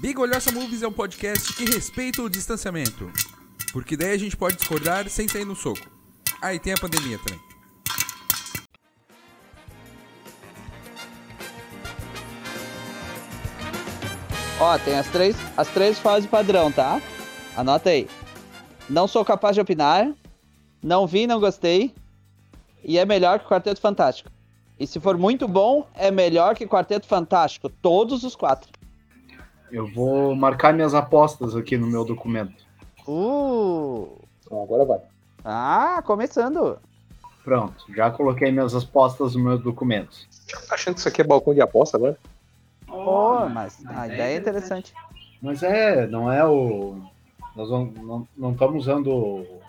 Big Olhosa Movies é um podcast que respeita o distanciamento. Porque daí a gente pode discordar sem sair no soco. Ah, e tem a pandemia também. Ó, tem as três, as três fases padrão, tá? Anota aí. Não sou capaz de opinar, não vi, não gostei, e é melhor que o Quarteto Fantástico. E se for muito bom, é melhor que o Quarteto Fantástico, todos os quatro. Eu vou marcar minhas apostas aqui no meu documento. Uh! Então, agora vai. Ah, começando! Pronto, já coloquei minhas apostas no meu documento. Tá achando que isso aqui é balcão de aposta agora? Pô, mas a ideia é interessante. Mas é, não é o. Nós não- não- não estamos usando o,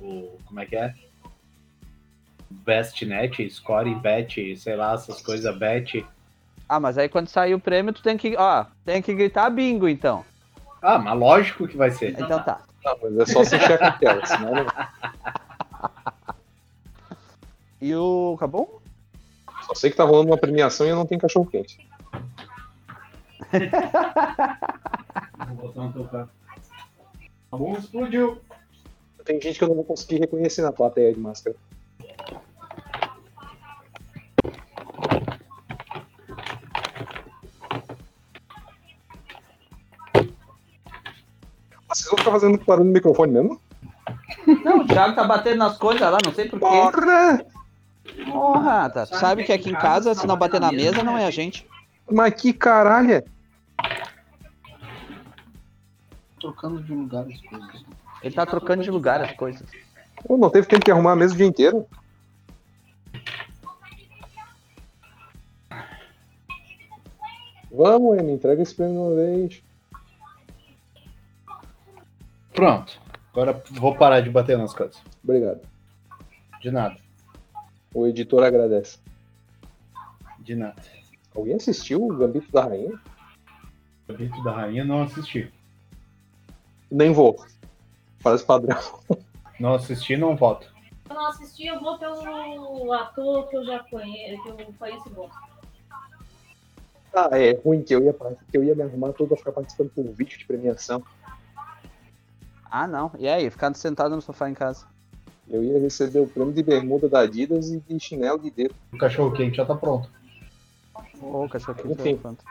o- Como é que é? Bestnet, Score, Bet, sei lá, essas coisas, Bet. Ah, mas aí quando sair o prêmio, tu tem que. Ó, tem que gritar bingo então. Ah, mas lógico que vai ser. Então tá. Não, mas é só se encher a tela, senão não. E o. Acabou? Só sei que tá rolando uma premiação e eu não tenho cachorro quente. Tá. Bom, explodiu. Tem gente que eu não vou conseguir reconhecer na plateia de máscara. Ah, Vocês vão ficar fazendo barulho no microfone mesmo? Não, o Thiago tá batendo nas coisas lá, não sei porquê. Porra! Porra, tá. Tu sabe que aqui em casa, se não bater na mesa, não é a gente. Mas que caralho! é? Trocando de lugar as coisas. Ele tá trocando de lugar as coisas. Pô, não teve tempo de arrumar a mesa o dia inteiro? Vamos, Emma, entrega esse prêmio de uma vez. Pronto. Agora vou parar de bater nas coisas. Obrigado. De nada. O editor agradece. De nada. Alguém assistiu o Gambito da Rainha? Gambito da Rainha não assisti. Nem vou. Parece padrão. Não assisti, não voto. Eu não assisti, eu vou pelo ator que eu já conheço, que eu conheço e gosto. Ah, é ruim que eu ia, par- que eu ia me arrumar todo pra ficar participando de um vídeo de premiação. Ah, não. E aí, ficando sentado no sofá em casa. Eu ia receber o prêmio de bermuda da Adidas e de chinelo de dedo. O cachorro quente já tá pronto. Ô, cachorro que tá Enfim. pronto.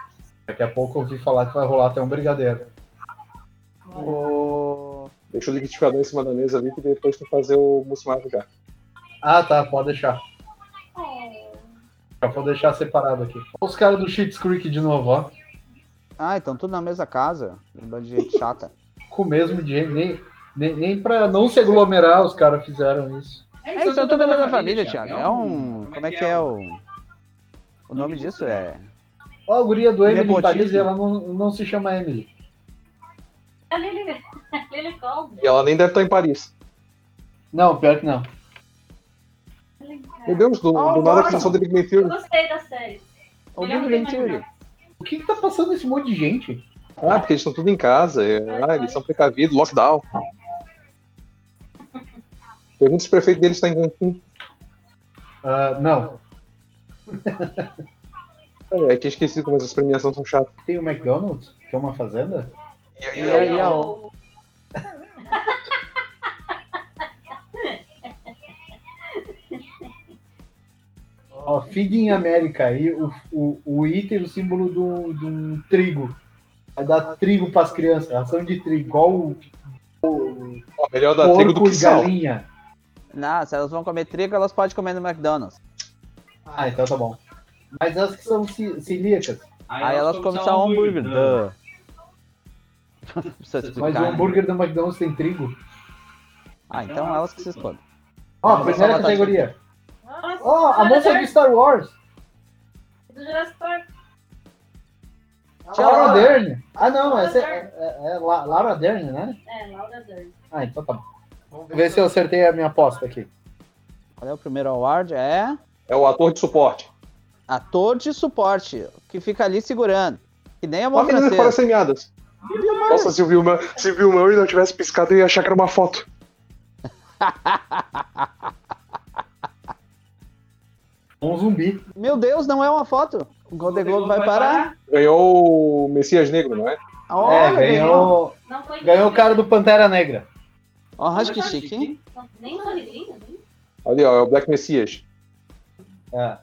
Daqui a pouco eu ouvi falar que vai rolar até um brigadeiro. Ô, Deixa o liquidificador em cima da mesa ali que depois tu fazer o mousse maracujá. Ah, tá, pode deixar. Oh, Já vou deixar separado aqui. Olha os caras do Sheets Creek de novo, ó. Ah, então tudo na mesma casa. Um bando de gente chata. Com o mesmo dinheiro. Nem, nem, nem pra não se aglomerar, os caras fizeram isso. É, então são toda a mesma família, Thiago. É um. Como é que é o. O nome disso é. Ó, a guria do Emily em Nepotismo. Paris, ela não, não se chama Emily. É A Lily, a Lily Collins. E ela nem deve estar em Paris. Não, pior que não. Meu Deus, do, do nada a função do Big Man Eu Theory. gostei da série. O Melhor Big que Bang Theory. O que que tá passando esse monte de gente? Ah, porque eles estão tudo em casa. é. Ah, eles são precavidos, lockdown. Pergunta se o prefeito deles está em Cancún. Ah, não. É, tinha esquecido como essas premiações são chatas. Tem o McDonald's, que é uma fazenda. E é aí, ó. Eu- Ó, Fig em América, aí o, o, o item, o símbolo de um, de um trigo. Vai dar trigo pras crianças, ação de trigo, igual o Ó, melhor da trigo do porco que e sal. galinha. Não, se elas vão comer trigo, elas podem comer no McDonald's. Ah, então tá bom. Mas as que são ci- celíacas, Aí elas comem só hambúrguer. Duh. Não Precisa mas o explicar. né? hambúrguer do McDonald's tem trigo. Ah, então elas que se escolhem. Ó, Mas primeira só batata categoria. Nossa, Ó, a moça de Star Wars, do Jurassic Park. Laura Dern. Ah, não, essa é, é- é La- Laura Dern, né? É, Laura Dern. Ah, então tá bom. Vamos ver se eu acertei a minha aposta aqui. Qual é o primeiro award? É. É o ator de suporte. Ator de suporte. Que fica ali segurando. Que nem a Uma mão menina fora francesa. sem meadas. Nossa, se o Bill Murray- se o Bill Murray não tivesse piscado, eu ia achar que era uma foto. Um zumbi. Meu Deus, não é uma foto. O Golden Globe vai parar. Ganhou o Messias Negro, não é? É, Olha, ganhou, Não foi ganhou o cara do Pantera Negra. Olha que chique, hein? Não, Nem sorrisinho. nem- Ali, ó, é o Black Messias. É.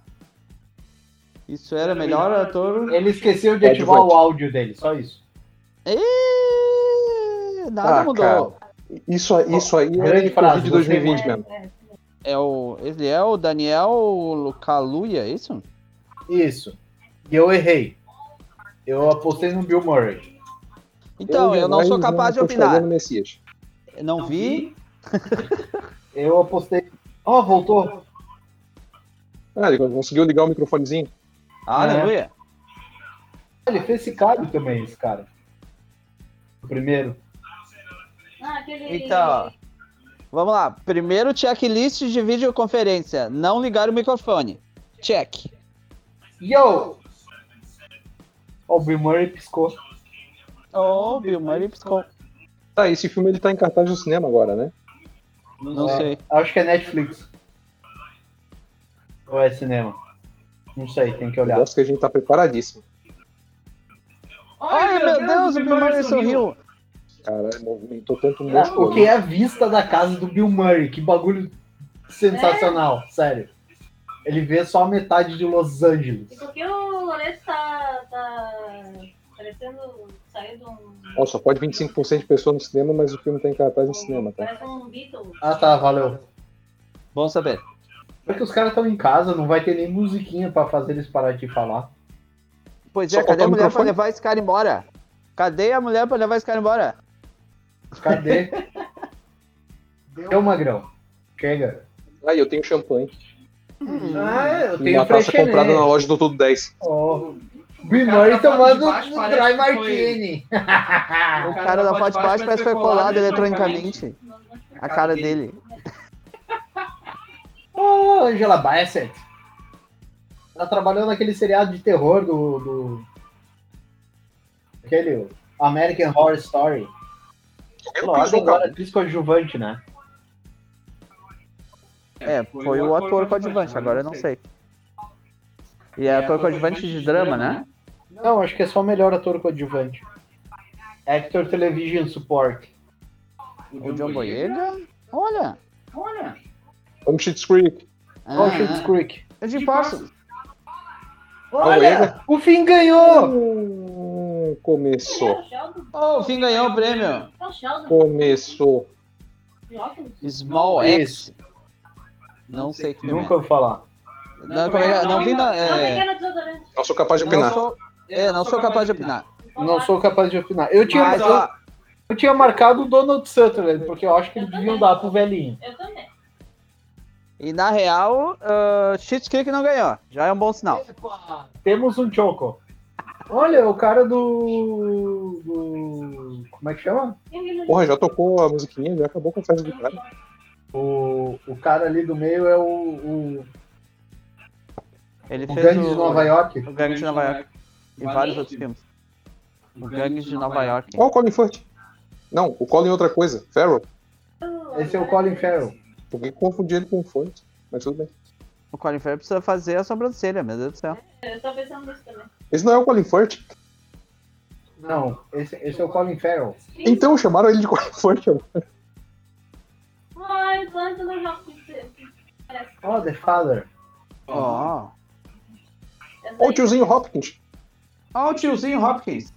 Isso era melhor ator. Ele esqueceu de É ativar adjuvante. o áudio dele, só isso. Ih, Nada Ah, mudou. Isso, aí- isso aí Grande é frase, Covid de gostei 2020 mesmo. É, é. É o, ele é o Daniel Kaluuya, é isso? Isso. E eu errei. Eu apostei no Bill Murray. Então, eu não jamais sou capaz de apostaria opinar. no Messias. Não vi. Eu apostei. Ó, voltou. Ah, ele conseguiu ligar o microfonezinho. Aleluia. Ele fez Sicário também, esse cara. O primeiro. Ah, aquele... Então, Vamos lá. Primeiro checklist de videoconferência. Não ligar o microfone. Check. Yo! Ó, o Bill Murray piscou. Oh, Bill Murray piscou. Tá, esse filme ele tá em cartaz no cinema agora, né? Não É, sei. Acho que é Netflix. Ou é cinema? Não sei, tem que Eu olhar. gosto que a gente tá preparadíssimo. Ai, meu Deus, o Bill Murray sorriu. Cara, movimentou tanto um o Ah, músculo. O que é a vista da casa do Bill Murray? Que bagulho sensacional, sério. Ele vê só a metade de Los Angeles. E porque o Lourenço tá, tá parecendo... Saiu de um... Ó, só pode 25% de pessoas no cinema, mas o filme tá em cartaz no cinema, é. tá? Parece um Beatles. Ah tá, valeu. Bom saber. Porque os caras estão em casa, não vai ter nem musiquinha pra fazer eles parar de falar. Pois Só é, cadê botar a o mulher pra microfone? levar esse cara embora? Cadê a mulher pra levar esse cara embora? Cadê? Deu, Magrão. Chega. Ah, e eu tenho champanhe. Ah, eu né? Uma taça comprada na loja do Tudo 10. Ó, Bill Cara, Murray tá tomando falando de baixo, um parece dry que foi martini. O cara da parte de baixo parece que foi colado eletronicamente. A cara dele. Ah, Angela Bassett. Ela trabalhou naquele seriado de terror do. do... Aquele. o American Horror Story. Lógico, agora é atriz coadjuvante, né? É, foi o ator coadjuvante, agora eu não sei. E é ator coadjuvante de drama, né? Não, acho que é só o melhor ator coadjuvante. Actor Television Support. O John Boyega? Olha! Olha, Vamos Shit's Creek. Olha o Schitt's Ah, Creek. eu te passo. Olha! O Finn ganhou! Hum, É começou. o Sheldon. Oh, o Finn ganhou o prêmio. É o Sheldon. Começou. de óculos. Small X. Isso. Não sei que Nunca ouvi falar. Não, como é que é? não vi na. Não, É, pequeno desodorante. Não sou capaz de não opinar. sou, é, não sou capaz de opinar. Não sou capaz de opinar. Eu tinha, Mas, eu, ó, eu tinha marcado o Donald Sutherland, porque eu acho que eles deviam dar pro velhinho. Eu também. e na real, uh, Shit Creek não ganhou. Já é um bom sinal. Temos um Choco. Olha, o cara do. do- Como é que chama? Porra, já tocou a musiquinha, já acabou com a festa do cara. O, o cara ali do meio é o. O, Ele o fez Gangue o, de Nova York. o Gangue de Nova York e vários outros filmes. O Gangue de Nova York. Ó, o Colin Firth. Não, o Colin é outra coisa. Farrell. Esse é o Colin Farrell. Por que confundir ele com o Firth? Mas tudo bem. O Colin Farrell precisa fazer a sobrancelha, meu Deus do céu. Eu tô pensando nisso também. Esse não é o Colin Firth. Não, esse, esse é o Colin Farrell. Então chamaram ele de Colin Firth. ó. Ai, o Angelo já parece. Oh, The Father. Ó, Ó, o tiozinho Hopkins. Ó o tiozinho Hopkins.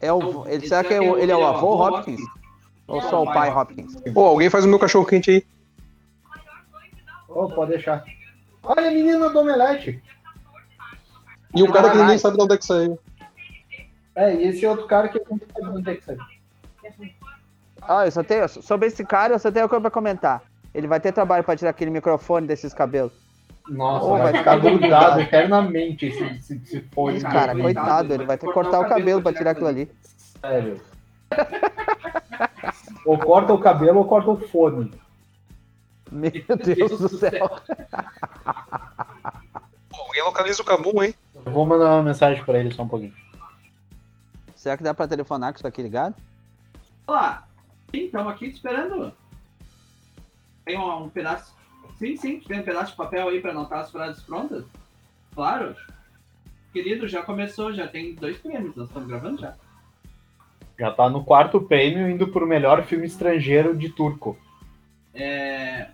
É o, ele, será que é o- ele é o avô Hopkins? Ou só o pai Hopkins? Pô, alguém faz o meu cachorro quente aí. Oh, pode deixar. Olha a menina do Omelete. E o cara que ninguém sabe de onde é que saiu. É, e esse outro cara que eu não sei onde é que saiu. Ah, eu só tenho, sobre esse cara, eu só tenho uma coisa pra comentar. Ele vai ter trabalho pra tirar aquele microfone desses cabelos. Nossa, Oh, vai vai ficar ficar um grudado eternamente esse, esse, esse fone. Cara, coitado, ele vai ter que cortar o cabelo pra tirar aquilo ali. Sério. ou corta o cabelo ou corta o fone. Meu Deus do céu. Pô, alguém localiza o Cabum, hein? Eu vou mandar uma mensagem pra ele só um pouquinho. Será que dá pra telefonar com isso aqui ligado? Olá. Sim, estamos aqui te esperando. Tem um, um pedaço. Sim, sim, tem um pedaço de papel aí para anotar as frases prontas? Claro. Querido, já começou, já tem dois prêmios, nós estamos gravando já. Já tá no quarto prêmio, indo pro melhor filme estrangeiro de turco. É...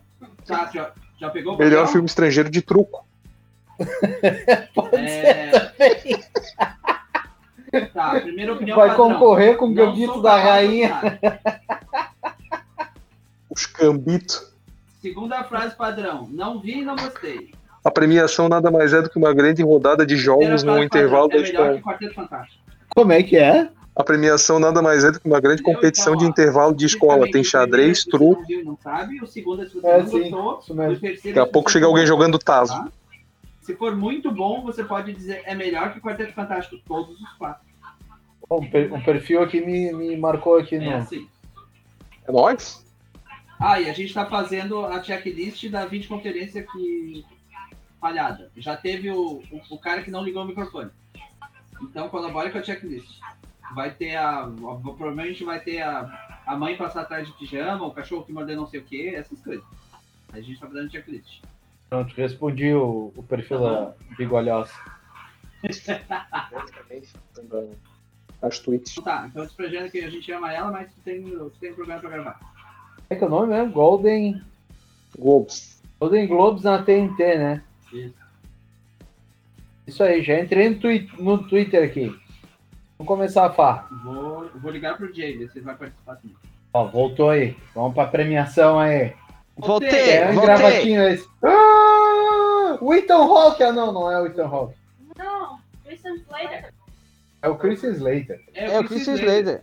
Tá, já, já pegou o Melhor papel? filme estrangeiro de truco. É... Tá, primeira opinião Vai padrão. concorrer com o Não Gambito sou da capaz de Rainha. opinar. Os Cambito. Segunda frase padrão. Não vi e não gostei. A premiação nada mais é do que uma grande rodada de Terceira jogos frase no um intervalo da padrão. É escola. melhor que Quarteto Fantástico. Como é que é? A premiação nada mais é do que uma grande Então, competição de ó, intervalo de escola. Primeiro, Tem xadrez, se você truco. Não viu, não sabe. O segundo é se você É, não sim, gostou. isso mesmo. O terceiro Daqui é a se pouco você chega alguém gostou. jogando taso. Se for muito bom, você pode dizer é melhor que Quarteto Fantástico. Todos os quatro. Ó, Um, per- um perfil aqui me, me marcou aqui É no. assim. É nóis? Ah, e a gente tá fazendo a checklist da videoconferência que falhada. Já teve o, o, o cara que não ligou o microfone. Então colabore com a checklist. Vai ter a. a- Provavelmente vai ter a, a mãe passar atrás de pijama, o cachorro que mordeu não sei o que, essas coisas. A gente tá fazendo checklist. Pronto, respondi o, o perfil da Bigolhosa. As tweets. Então tá, então despejando que a gente ama ela, mas tu tem, tu tem programa pra gravar. Como é que é o nome mesmo? Golden, Globos. Golden Globes na TNT, né? Isso. Isso aí, já entrei no, twi- no Twitter aqui. Vamos começar a farra. Vou, vou ligar pro Jay, ver se ele vai participar também. Ó, voltou aí. Vamos pra premiação aí. Voltei, É um voltei. gravatinho esse. Ah! O Ethan Hawke! Ah, não, não é o Ethan Hawke. Não, Christian Slater. É o Chris Slater. É o Chris Slater.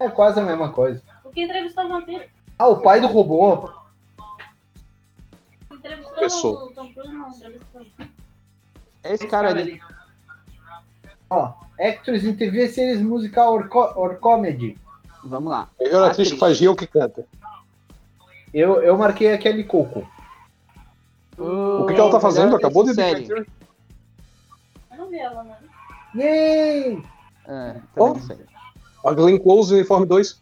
É quase a mesma coisa. O que entrevistou o vampiro? Ah, o pai do robô. Entrevistou Pessoa. o Tom Cruise, não, entrevistou. É esse cara ali. Ó, Actors in TV Series Musical or, co- or Comedy. Vamos lá. Melhor atriz que faz Gil que canta. Eu, eu marquei aquele coco. O que, que ela tá fazendo? Melhor Acabou de é série. dizer. Eu não vi ela, né? Yay! É, também Oh. não sei. A Glenn Close, uniforme 2.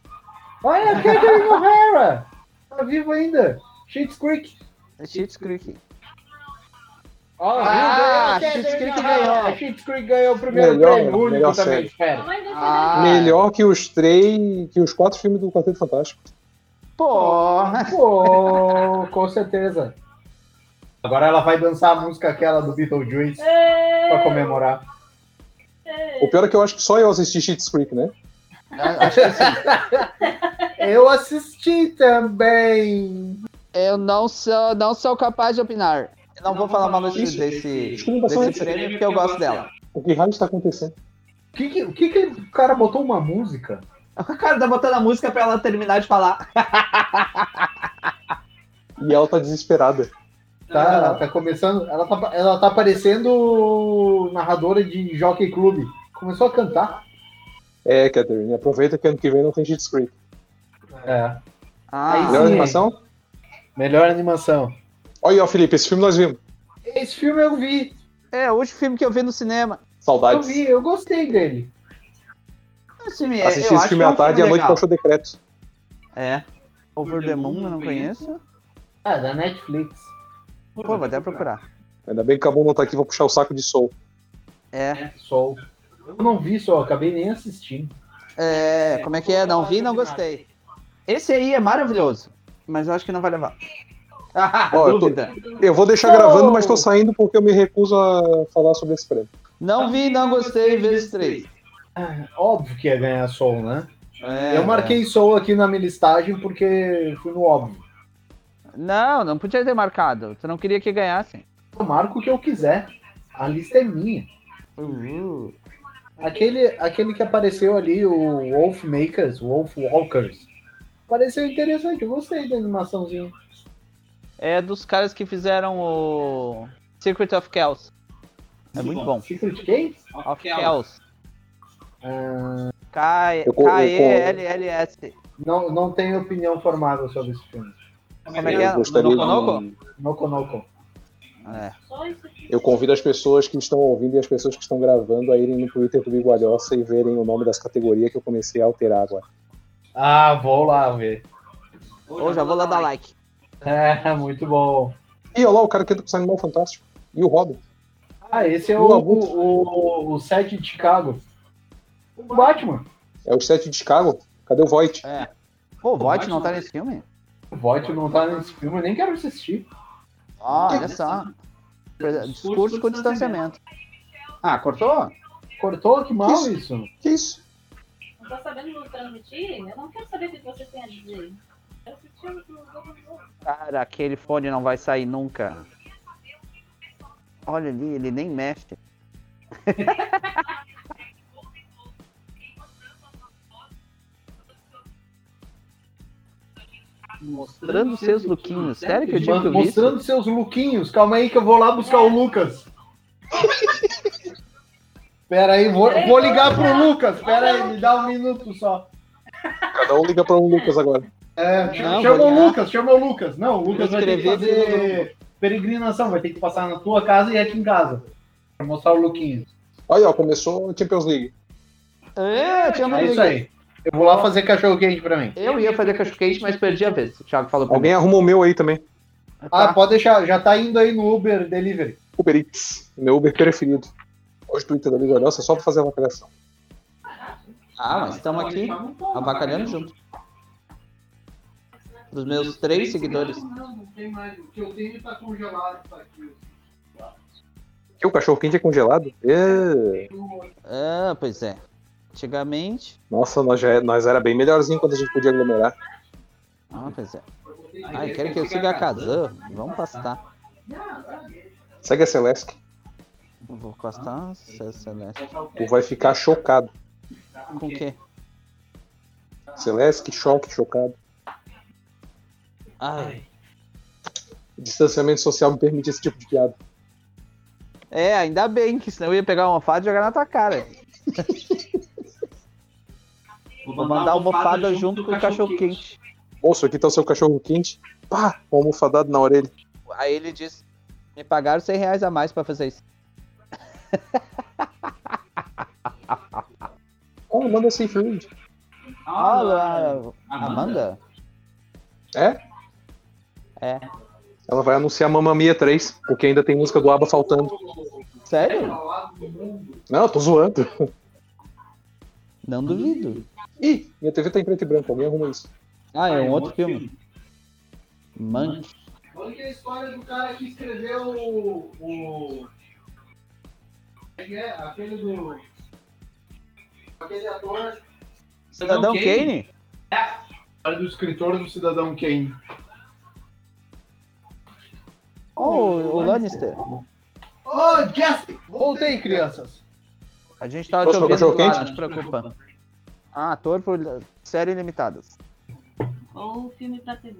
Olha a Catherine O'Hara! Tá vivo ainda. Sheets Creek. É Schitt's Creek. Ó, Ah, viu? Schitt's Creek Catherine O'Hara. ganhou. Sheets Creek ganhou o primeiro Melhor, prêmio. O único melhor também, série. A espera. mãe dele Ah. Melhor que os três. Que os quatro filmes do Quarteto Fantástico. Porra! Pô, com certeza. Agora ela vai dançar a música aquela do Beetlejuice É, pra comemorar. O pior é que eu acho que só eu assisti Shit's Creek, né? Acho que sim. Eu assisti também. Eu não sou, não sou capaz de opinar. Eu não, vou falar mal desse, disso, desse, Acho que não passou desse nesse prêmio porque eu gosto dela. O que raio está acontecendo? O que, que, o que que o cara botou uma música? O cara tá botando a música pra ela terminar de falar. E ela tá desesperada. Tá, ela tá começando. Ela tá, ela tá parecendo narradora de Jockey Club. Começou a cantar. É, Catherine, aproveita que ano que vem não tem Shit's Creek. É. Ah, Melhor Sim. animação? Melhor animação. Olha aí, ó, Felipe, esse filme nós vimos. Esse filme eu vi. é o último filme que eu vi no cinema. Eu Saudades. vi, eu gostei dele. Esse filme, é- Assisti eu esse acho que filme é um à tarde e à noite legal. baixou decreto. É. Over the Moon, eu não conheço. Ah, da Netflix. Pô, vou até procurar. Ainda bem que o Cabum não tá aqui, vou puxar o saco de Soul. É. né, Sol. Eu não vi Sol, acabei nem assistindo. É, como é que é? Não vi, não gostei. Esse aí é maravilhoso, mas eu acho que não vai levar. Ah, Ó, eu tô- dúvida. Eu vou deixar Não! gravando, mas tô saindo porque eu me recuso a falar sobre esse prêmio. Não vi, não gostei, vezes três. Óbvio que ia ganhar Sol, né? É, eu marquei Sol aqui na minha listagem porque fui no óbvio. é. Não, não podia ter marcado. Tu não queria que ganhasse. Eu marco o que eu quiser. A lista é minha. Uh, Aquele, aquele que apareceu ali, o Wolf Makers, Wolf Walkers. Pareceu interessante, eu gostei da animaçãozinha. É dos caras que fizeram o Secret of Chaos. É muito bom. Secret Case? Of Chaos. Eu co- eu co- K-E-L-L-S. Não, não tenho opinião formada sobre esse filme. Como é que é? Eu gostaria No Noconoco? de- Noco Noco. É. Só isso aqui. Eu convido as pessoas que estão ouvindo e as pessoas que estão gravando a irem no Twitter do Bigualhoça e verem o nome das categorias que eu comecei a alterar agora. Ah, vou lá ver. Ou já vou lá dar like. É, muito bom. E olha lá, o cara que entra com esse animal fantástico. E o Robin. Ah, esse é o, Boa, o, o, o set de Chicago. O Batman. É o set de Chicago? Cadê o Voight? É. Pô, o Voight não tá nesse filme? O Voight não tá nesse filme, eu nem quero assistir. Ó, Ah, olha só. Discurso com distanciamento. Ah, cortou? Cortou? Que mal isso. Que isso? Não tá sabendo transmitir? Eu não quero saber o que você tem a dizer. Eu quero assistir o jogo. Cara, aquele fone não vai sair nunca. Olha ali, ele nem mexe. Mostrando seus lookinhos. Sério que eu tinha Mano, que isso? mostrando seus lookinhos. Calma aí que eu vou lá buscar o Lucas. Pera aí, vou, vou ligar pro Lucas. Pera aí, me dá um minuto só. Cada um liga pra um Lucas agora. É, Não, chama vou o ligar. Lucas, chama o Lucas. Não, o Lucas Vou vai ter que escrever fazer peregrinação. Vai ter que passar na tua casa e aqui em casa. Pra mostrar o Luquinhos. Olha, ó, comeou o Champions League. É, tinha uma É isso liga. aí. Eu vou lá fazer cachorro quente pra mim. Eu ia fazer cachorro quente, mas perdi a vez. O Thiago falou pra mim. Alguém arruma o meu aí também. Ah, Tá. pode deixar. Já tá indo aí no Uber Delivery. Uber Eats. Meu Uber preferido. Hoje o Twitter da Liga Nossa só pra fazer a avaliação. Ah, mas estamos aqui abacalhando junto. Os meus três seguidores. Não, não tem mais. O que eu tenho tá congelado tá aqui. Que o cachorro quente é congelado? É. Ah, pois é. Antigamente. Nossa, nós, já, é- nós era bem melhorzinho quando a gente podia aglomerar. Ah, pois é. Ah, eu quero que eu siga a Kazan. Vamos pastar. Segue a Celeste. Vou pastar César Celeste. Tu vai ficar chocado. Com o quê? Celeste, choque, chocado. Ai. O distanciamento social me permite esse tipo de piada. É, ainda bem que senão eu ia pegar uma almofada e jogar na tua cara. Vou mandar a almofada junto com o cachorro quente. Moço, aqui tá o seu cachorro quente. Pá, um almofadado na orelha. Aí ele disse: me pagaram 100 reais a mais pra fazer isso. Oh, manda sem food. Olha, Amanda. Ah, Amanda? É? É. Ela vai anunciar Mamma Mia 3, porque ainda tem música do ABBA faltando. Sério? Não, tô zoando. Não duvido. Ih, minha TV tá em preto e branco, alguém arruma isso. Ah, é um outro filme. Mank. Olha que é a história do cara que escreveu o. o... É, aquele do. Aquele ator. Cidadão Kane? É do escritor do Cidadão Kane. Ou o Lannister? Ô, Jesse! Voltei, crianças. A gente tava te Posso ouvindo cachorro lá, quente? não te preocupa. Ah, ator por série limitadas. Ou filme pra TV.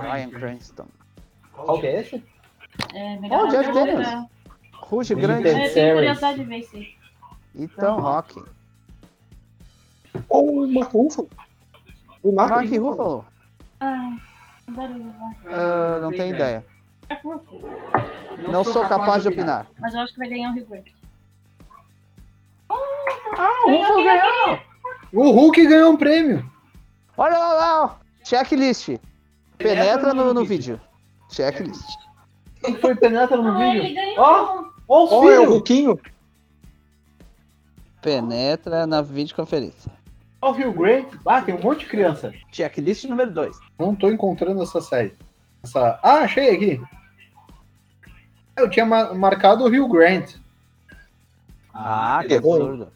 Ryan Cranston. Qual que é esse? É, melhor Oh, ator Jeff Daniels. pra- Ruge É, Grande. eu tenho curiosidade de ver isso aí. Ethan Rock. Ou uma rufa. Do nada. Mark Ruffalo. Ah, um barulho. vai. Ah, não tenho ideia. É fofo, Não sou capaz de opinar. Mas eu acho que vai ganhar um rework. Ah, O Hulk ganhou um prêmio. Olha lá, lá. ó. Checklist. é Penetra no, no vídeo. Checklist. Quem foi penetra no Ah, ele vídeo? ganhou. Ó, ó os Oh, é o filhos. Ruquinho. Penetra na videoconferência. Ó o Rio Grant. Ah, tem um monte de criança. Checklist número 2. Não tô encontrando essa série. Essa... Ah, achei aqui. Eu tinha ma- marcado o Rio Grant. Ah, que errou. absurdo.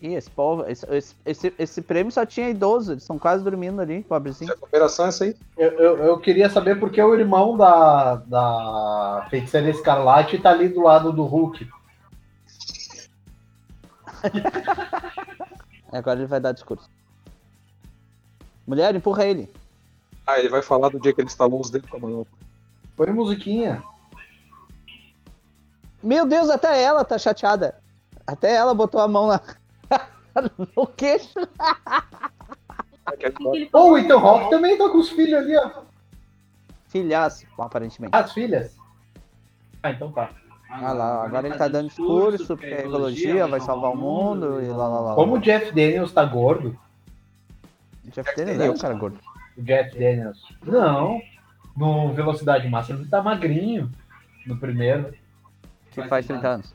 Ih, esse povo. Esse, esse, esse, esse prêmio só tinha idoso. Eles estão quase dormindo ali, pobrezinho. Já a operação é essa aí? Eu, eu, eu queria saber porque o irmão da, da feiticeira escarlate tá ali do lado do Hulk. É, Agora ele vai dar discurso. Mulher, empurra ele. Ah, ele vai falar do dia que ele estalou os dedos com a manopla. Foi musiquinha. Meu Deus, até ela tá chateada. Até ela botou a mão na. no queixo. Ah, que O que que agora- ele Ou falou? o Ethan Hawke também tá com os filhos ali, ó. Filhaço, aparentemente. As filhas? Ah, então tá. Ah lá, agora ele tá dando discurso, porque a ecologia vai salvar o mundo e lá lá lá. Como o Jeff Daniels tá gordo, Jeff Daniels é um cara gordo. o Jeff Daniels. Não. No Velocidade Máxima ele tá magrinho. No primeiro. Que faz 30 anos.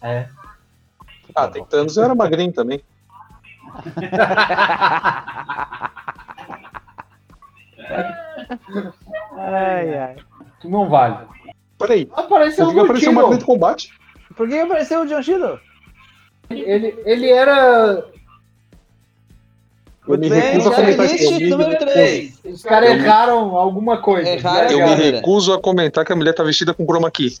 É. Que Ah, tem Thanos, eu era magrinho também. Ai, ai. Tu não vale. Peraí, Apareceu um eu o vi que apareceu uma grande combate. Por que apareceu o John Cena? Ele, ele era. Eu me Muito bem, recuso a John comentar que é né? eu Lynch, vi. número 3. Os caras Eu me- erraram alguma coisa. tá Erraram, Eu me né, Galera. recuso a comentar que a mulher tá vestida com chroma key.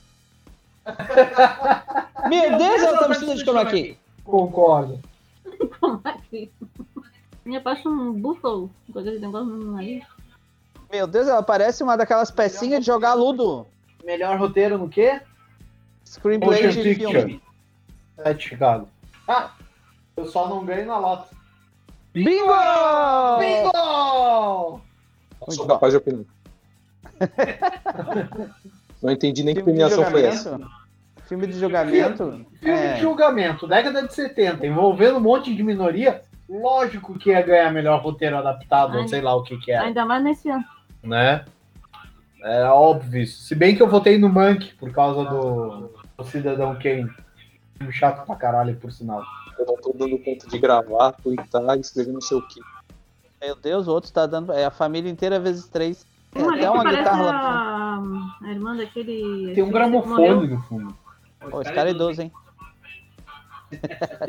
Meu Deus, ela tá vestida de chroma aqui. Concordo. Minha parte um búfalo com aquele negócio no nariz. Meu Deus, ela parece uma daquelas pecinhas de jogar ludo. Melhor roteiro no quê? Screenplay Motion de picture. filme. Certificado. Ah, eu só não ganho na lota. Bingo! Bingo! Sou capaz de opinar. Não entendi nem que Filme de premiação foi essa. um julgamento? Filme de julgamento? Filme É. de julgamento, década de 70, envolvendo um monte de minoria, lógico que ia ganhar melhor roteiro adaptado, ou Ai. sei lá o que que era, Ainda mais nesse ano. né? Era óbvio isso. Se bem que eu votei no Mank por causa do, do Cidadão Kane. Filme chato pra caralho, por sinal. Eu não tô dando conta de gravar, twittar, escrever não sei o que. Meu Deus, o outro tá dando. É a família inteira vezes três. É Uma até ali que uma parece guitarra lá. a... a irmã daquele. Tem um gramofone no fundo. Pô, esse cara é idoso, hein?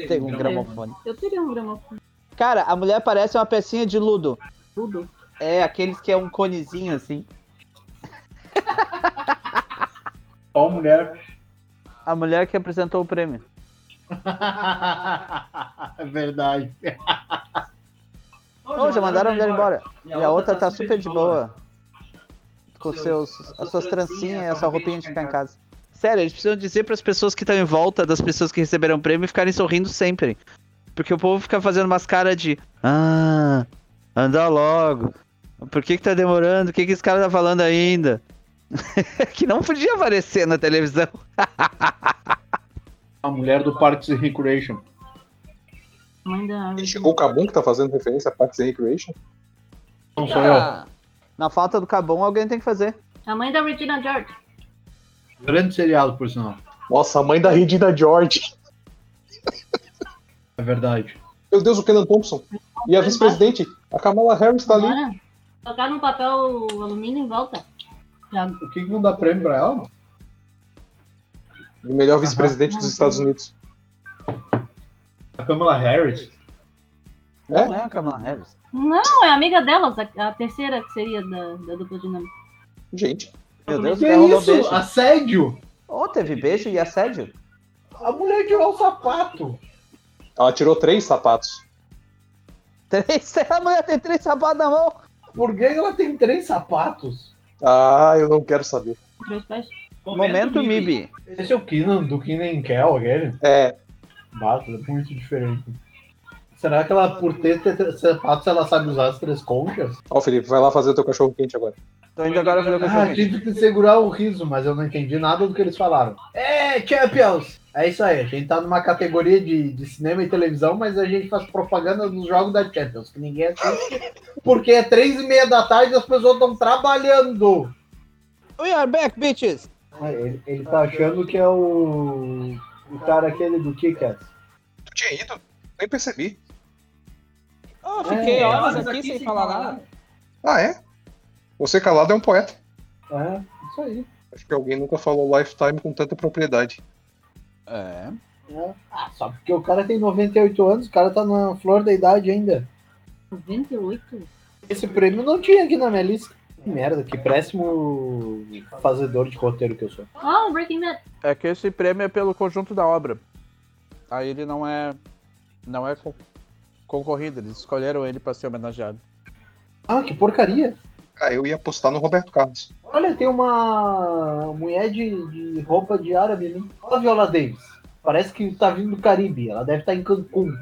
Tem um gramofone. Eu teria um gramofone. Cara, a mulher parece uma pecinha de ludo. Tudo. É, aqueles que é um conezinho assim. Só mulher. A mulher que apresentou o prêmio. É verdade. Ô, já mandaram a mulher embora. E a outra tá super de boa. Com Com seus, seus- as suas trancinhas e a sua roupinha de ficar em casa. casa. Sério, eles precisam dizer para as pessoas que estão em volta das pessoas que receberam o prêmio ficarem sorrindo sempre. Porque o povo fica fazendo umas caras de. Ah, andar logo. Por que, que tá demorando? O que, que esse cara tá falando ainda? que não podia aparecer na televisão. A mulher do Parks and Recreation. Mãe da. E chegou o Cabum que tá fazendo referência a Parks and Recreation. Não sou Ah. eu. Na falta do Cabum, alguém tem que fazer. A mãe da Regina George. Grande seriado, por sinal. Nossa, a mãe da Regina George. É verdade. Meu Deus, o Kenan Thompson. E a vice-presidente, a Kamala Harris tá ali. Agora, colocar num papel alumínio em volta. Já O que, que não dá prêmio pra ela? mano? O melhor vice-presidente dos Estados Unidos. A Kamala Harris? É? é a Kamala Harris. Não, é amiga delas, a, a terceira que seria da, da dupla dinâmica. Gente, Meu Deus, é que é o cara rolou isso? beijo. Assédio? Ou teve beijo e assédio? A mulher tirou o sapato. ela tirou três sapatos. Três, a mulher tem três sapatos na mão. Por que ela tem três sapatos? Ah, eu não quero saber. Três pés. Momento MIB. Esse é o Keenan, do Keenan Kel, aquele? É, Bato, é muito diferente. Será que ela, por ter ter três sapatos, ela sabe usar as três conchas? ó, Felipe, vai lá fazer o teu cachorro quente agora. Tô indo agora fazer o Ah, cachorro. tive que segurar o riso, mas eu não entendi nada do que eles falaram. É, Champions! É isso aí, a gente tá numa categoria de, de cinema e televisão, mas a gente faz propaganda dos jogos da Champions, que ninguém assiste, porque é três e meia da tarde e as pessoas estão trabalhando. Ah, We are back, bitches! Ah, Ele, ele tá achando que é o, o cara aquele do Kikas. Tu tinha ido? Nem percebi. Oh, fiquei É, horas aqui sem falar nada. Ah, é? Você calado é um poeta. É, isso aí. Acho que alguém nunca falou Lifetime com tanta propriedade. É. É. Ah, só porque o cara tem 98 anos, o cara tá na flor da idade ainda. 98. Esse prêmio não tinha aqui na minha lista. Que merda, que péssimo fazedor de roteiro que eu sou. Ah, o Breaking Bad. É que esse prêmio é pelo conjunto da obra. Aí ele não é. Não é con- concorrido, eles escolheram ele pra ser homenageado. Ah, que porcaria. Ah, eu ia apostar no Roberto Carlos. Olha, tem uma mulher de, de roupa de árabe ali. Olha a Viola Davis. Parece que tá vindo do Caribe. Ela deve estar em Cancún.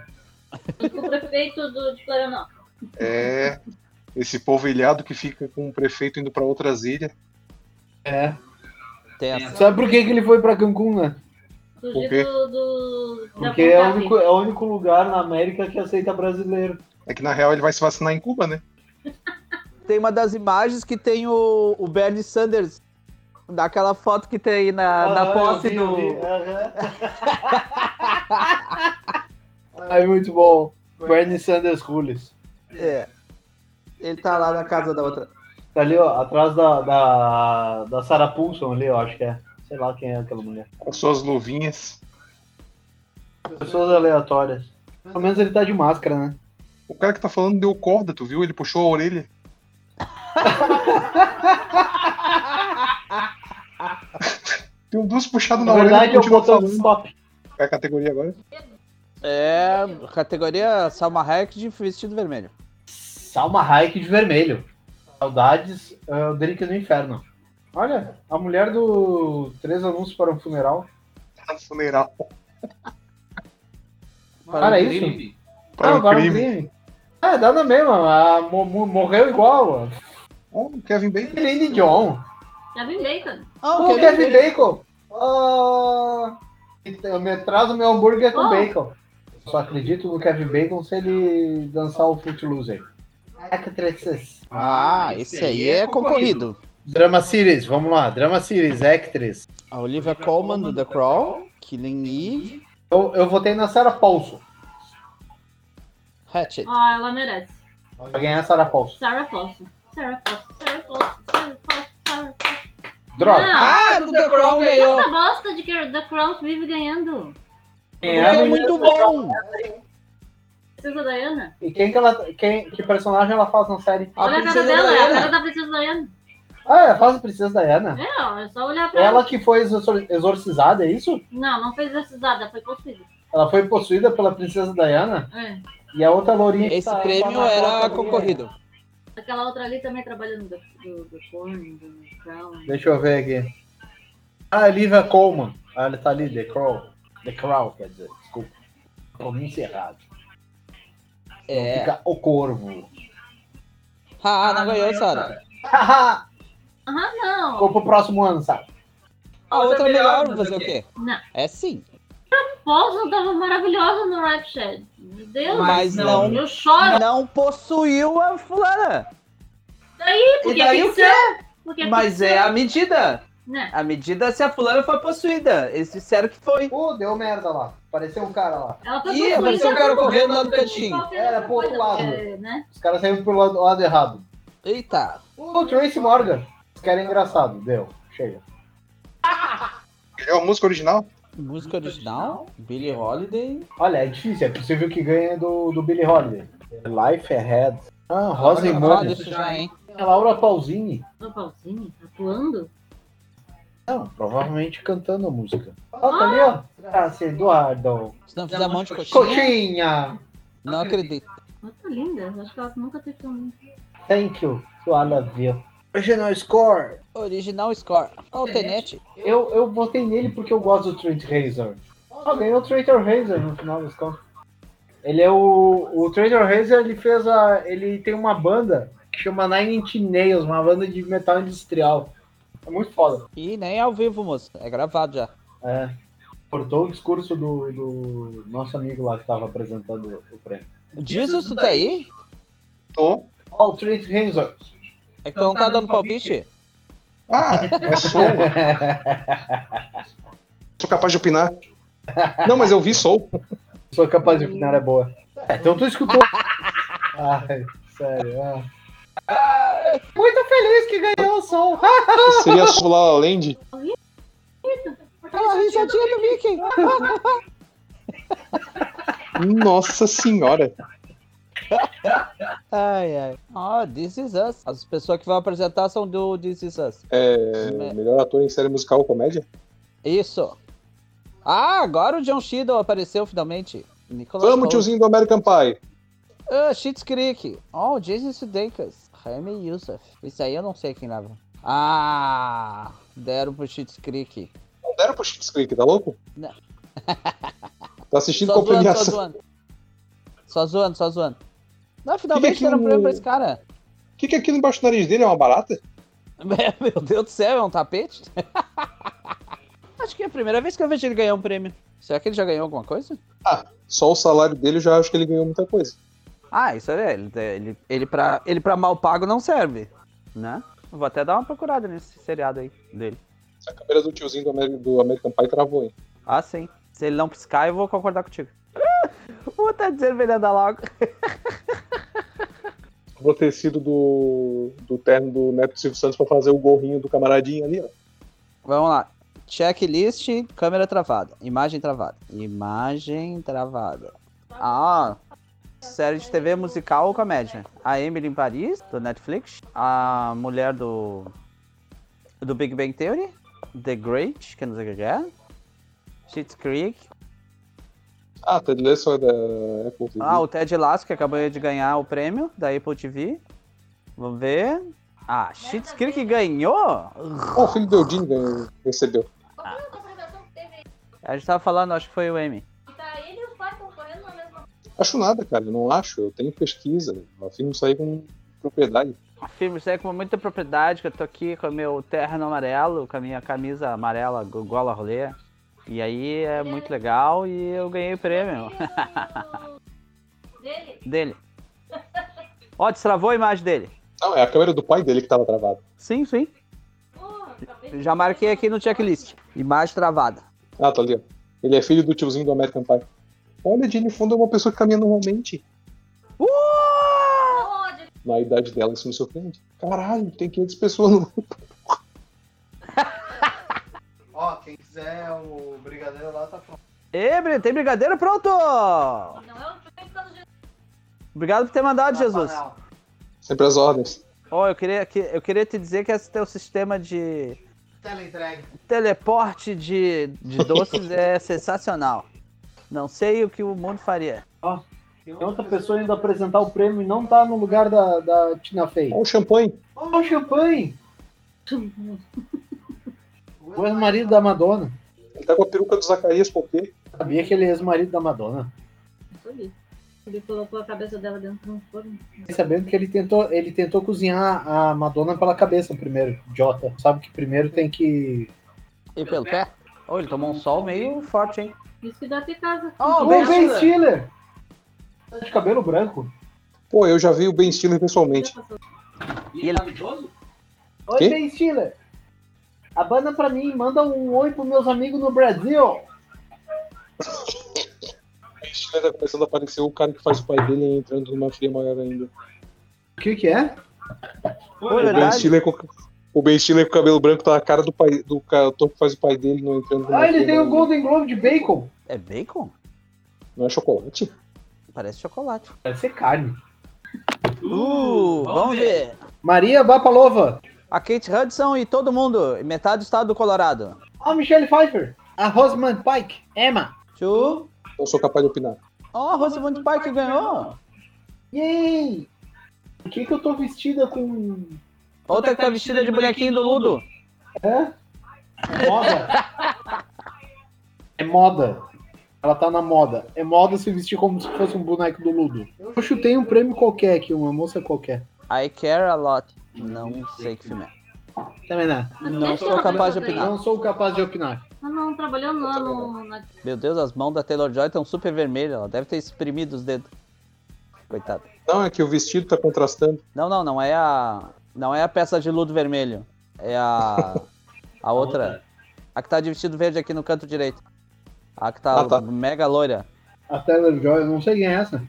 O prefeito do, de Florianópolis. É. Esse povo ilhado que fica com o prefeito indo pra outras ilhas. É. Tem essa. Sabe por que, que ele foi pra Cancún, né? Surgiu quê? do, do. da Porque é o, vontade. único, é o único lugar na América que aceita brasileiro. É que na real ele vai se vacinar em Cuba, né? Tem uma das imagens que tem o, o Bernie Sanders. Daquela foto que tem na, na Ah, posse eu vi, eu vi. do. Aham. Ai, muito bom. Bernie Sanders Rules. É. Ele tá lá na casa da outra. Tá ali, ó, atrás da, da, da Sarah Paulson ali, ó, acho que é. Sei lá quem é aquela mulher. Com suas luvinhas. Pessoas aleatórias. Pelo menos ele tá de máscara, né? O cara que tá falando deu corda, tu viu? Ele puxou a orelha. Tem duas puxadas na, Na orelha verdade, eu um e continua botão falando. stop. Qual É a categoria agora. É, categoria Salma Hayek de vestido vermelho. Salma Hayek de vermelho. Saudades, ah, o Drink do Inferno. Olha, a mulher do Três Anúncios para um Funeral. Tá no funeral. Para Cara, um é isso? crime. Para Tá Ah, o para o crime. É, dá na mesma. a- mo- mo- morreu igual. ó. Ó, o Kevin Bacon. Celine John. Já vi Nathan. Ah, Ô, Kevin Bacon. Ah, eu me traz o meu hambúrguer com Ah. Oh. bacon. Só acredito no Kevin Bacon se ele dançar o Foot Loser. É que treces. Ah, esse aí é concorrido. Drama Series, vamos lá. Drama Series, Actress. A Olivia Colman do The Crawl, Killing Eve, Eu, eu votei na Sarah Paulson. Hatchet. Ó, Ah, ela merece. Pra ganhar a Sarah Paulson. Sarah Paulson. Sarah Paulson. Sarah Paulson. Sarah Paulson. Sarah Paulson. Droga. Não, Ah, do The Crawl ganhou. essa bosta de que The Crown vive ganhando. Quem Porque é a mulher muito do- bom. Princesa Diana. E quem que ela. Quem, que personagem ela faz na série? Olha a cara dela, é a cara da Princesa Diana. Ah, ela faz a Princesa Diana. É, ó, é só olhar pra ela. Ela que foi exor- exorcizada, é isso? Não, não fez exorcizada, foi possível. Ela foi possuída pela Princesa Diana É. e a outra lourinha que Esse tá- prêmio tá na era foto ali, concorrido. Aquela outra ali também trabalha no The do, do Corn, do Crown. Deixa eu ver aqui. Ah, Olivia Colman. Ah, ela tá ali, The Crow. The Crow, quer dizer, desculpa. Pronúncia errada. É. Fica o corvo. Ah, não ganhou, Sara. Haha! Ah, não! Ficou pro próximo ano, sabe? A outra é melhor, vou fazer o quê? Não. É sim. Paulson tava maravilhosa no Rap Shed. Meu Deus, Mas não. eu choro. Não possuiu a fulana. Daí, E porque daí o ficção, quê? Porque Mas é a medida. Né? A medida se a fulana foi possuída. Eles disseram que foi. Pô, deu merda lá. Apareceu um cara lá. Ela tá foi Ih, apareceu um cara correndo lá no cantinho. Era pro outro lado. É, né? Os caras saíram pro lado, lado errado. Eita. Pô, Tracy Morgan. Esse cara é engraçado. Deu. Chega. É a música original? Música original, Billie Holiday. Olha, é difícil. É possível que ganhe do, do Billy Holiday. Life Ahead. Ah, Rosemary. é Olha isso já, hein? A Laura Pausini. O Paulzinho, tá atuando. Não, provavelmente cantando a música. Ó, tá ali, ó. Ah. Graça, Eduardo. Se não fizer um monte de coxinha, Coxinha! não acredito. Ela tá linda. eu Acho que ela nunca teve tão linda. Thank you, sua love you. Original score. Original score, alternate. Eu, eu votei nele porque eu gosto do Trent Razor. Ah, ganhou o Traitor Razor no final das contas. Ele é o. O Traitor Razor ele fez a. Ele tem uma banda que chama Nine Inch Nails, uma banda de metal industrial. É muito foda. E nem ao vivo, moço. É gravado já. É. Cortou o discurso do, do nosso amigo lá que tava apresentando o prêmio. Diz isso daí? Tô. Ó, o Trent Razor. É que tu não tá dando palpite? Ah, é Soul. Sou capaz de opinar. Não, mas eu vi Soul. Sou capaz de opinar é boa. É, então tu escutou. Ai, sério. ah. Ah, muito feliz que ganhou o som. Ah, Seria Soul La La Land. Aquela Ah, risadinha do Mickey. Nossa senhora. Ai, ai. Ó, This Is Us. As pessoas que vão apresentar são do This Is Us. É, melhor ator em série musical ou comédia? É Isso. Ah, agora o John Shido apareceu finalmente. Nicolas Vamos, Cage. tiozinho do American Pie. Ah, Schitt's Creek. Ó, o Jason Sudeikis. Jaime Youssef. Isso aí eu não sei quem lava. Ah, deram pro Schitt's Creek. Não deram pro Schitt's Creek, tá louco? Não. Tá assistindo Só com zoando, só premiação. zoando. Só zoando, só zoando. Não, finalmente Que que deram o- prêmio pra esse cara. O que, que é aquilo embaixo do nariz dele? É uma barata? Meu Deus do céu, é um tapete? Acho que é a primeira vez que eu vejo ele ganhar um prêmio. Será que ele já ganhou alguma coisa? Só o salário dele eu já acho que ele ganhou muita coisa. Ah, isso é. Ele, ele, ele, pra, ele pra mal pago não serve, né? Vou até dar uma procurada nesse seriado aí dele. A câmera do tiozinho do, Amer- do American Pie travou, hein? Ah, sim. Se ele não piscar, eu vou concordar contigo. Vou tá dizendo pra ele andar logo. Vou ter sido do, do terno do Neto Silvio Santos pra fazer o gorrinho do camaradinho ali, ó. Vamos lá. Checklist, câmera travada. Imagem travada. Imagem travada. Ah, série de TV musical ou comédia? A Emily em Paris, do Netflix. A mulher do. do Big Bang Theory. The Great, que eu não sei o que é. Schitt's Creek. Ah, Ted Lasso é da Apple TV. Ah, o Ted Lasso, que acabou de ganhar o prêmio da Apple TV. Vamos ver. Ah, Schitt's Creek ganhou? Ah, o filho do Eudine ganhou- recebeu. Qual foi a nossa redação é que teve? A gente tava falando, acho que foi o M. Tá ele e o pai concorrendo na mesma. Acho nada, cara. eu Não acho. Eu tenho pesquisa. O filme saiu com propriedade. Filme sério com muita propriedade, que eu tô aqui com o meu terno amarelo, com a minha camisa amarela, go- gola rolê. E aí é muito legal e eu ganhei o prêmio Dele? dele. Ó, destravou a imagem dele. Não, é a câmera do pai dele que tava travada. Sim, sim. Pô, acabei de- um Já marquei aqui no checklist. Imagem travada. Ah, tá ali, ó. Ele é filho do tiozinho do American Pie. Olha, Jane Fonda é uma pessoa que caminha normalmente. Uh! Aonde? Na idade dela, isso me surpreende. Caralho, tem 500 pessoas no Ó, quem quiser o brigadeiro lá tá pronto. Ê, Bri- tem brigadeiro pronto! Não é o tempo da Jesus. Obrigado por ter tá mandado, Jesus. Rafael. Sempre às ordens. Ó, eu queria, que- eu queria te dizer que esse teu sistema de Teleentrega. teleporte de, de doces é sensacional. Não sei o que o mundo faria. Tem outra pessoa indo apresentar o prêmio e não tá no lugar da, da Tina Fey. Olha o champanhe. Ó, o champanhe! O ex-marido da Madonna. Ele tá com a peruca do Zacarias Pompeu. Sabia que ele é ex-marido da Madonna. Ele colocou a cabeça dela dentro de um forno. Fiquei Sabendo que ele tentou, ele tentou cozinhar a Madonna pela cabeça primeiro, idiota. Sabe que primeiro tem que. E pelo pé? Oh, ele tomou um sol meio forte, hein? Isso que dá até casa. Oh, Ô, Ben Ben Stiller. Stiller! Tá de cabelo branco. Pô, eu já vi o Ben Stiller pessoalmente. E é ele tá idoso? Oi, Quê? Ben Stiller! Abana pra mim, manda um oi pros meus amigos no Brasil! O Ben Stiller tá começando a aparecer o cara que faz o pai dele é entrando numa fria maior ainda. O que que é? Pô, O Ben verdade. Stiller com, o ben Stiller com o cabelo branco tá a cara do pai do cara ator que faz o pai dele não entrando numa Ah, ele fria tem maior o ainda. Golden Globe de bacon! É bacon? Não é chocolate? Parece chocolate. Deve ser carne. Uh, vamos ver. Maria Bapalova! A Kate Hudson e todo mundo, e metade do estado do Colorado. A Ah, Michelle Pfeiffer! A Rosamund Pike! Emma! Tchu. Não Então sou capaz de opinar. Ó, oh, Rosamund Pike ganhou. Yay! Por que que eu tô vestida com... Outra que tá vestida de bonequinho do Ludo. Hã? É? Moda? é moda. Ela tá na moda. É moda se vestir como se fosse um boneco do Ludo. Eu chutei um prêmio qualquer aqui, uma moça qualquer. I care a lot. Não sei que filme é. Também não. Não sou capaz de opinar. Não sou capaz de opinar. Ah, não, trabalhou lá no. na- Meu Deus, as mãos da Taylor Joy estão super vermelhas. Ela deve ter espremido os dedos. Coitada. Não, é que o vestido tá contrastando. Não, não, não é a. Não é a peça de luto vermelho. É a. A outra. A que tá de vestido verde aqui no canto direito. A que tá, Ah, tá. mega loira. A Taylor Joy, eu não sei quem é essa.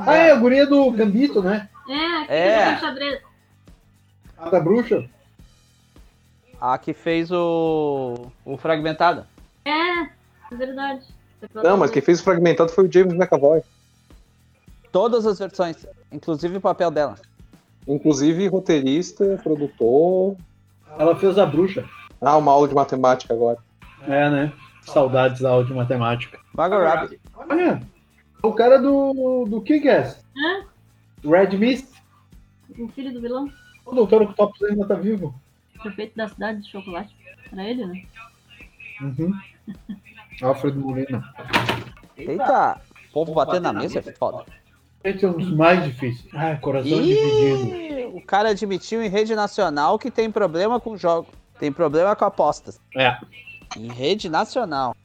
Ah, é a guria do Gambito, né? É, aqui É. é. xadrez. A da bruxa. A que fez o. O fragmentado. É verdade. Não, mas quem fez o fragmentado foi o James McAvoy. Todas as versões. Inclusive o papel dela. Inclusive roteirista, produtor. Ela fez a bruxa. Ah, uma aula de matemática agora. É, né? Saudades da aula de matemática. Margot Robbie. Olha, o cara do, do Kick-Ass. Hã? Red Mist. O um filho do vilão, O doutor Octopus ainda tá vivo. prefeito da cidade de chocolate. Era ele, né? Uhum. Alfredo Molina. Eita! O povo batendo na mesa é foda. Esse é um dos mais difíceis. Ah, coração dividido. E o cara admitiu em rede nacional que tem problema com jogo. Tem problema com apostas. É. Em rede nacional.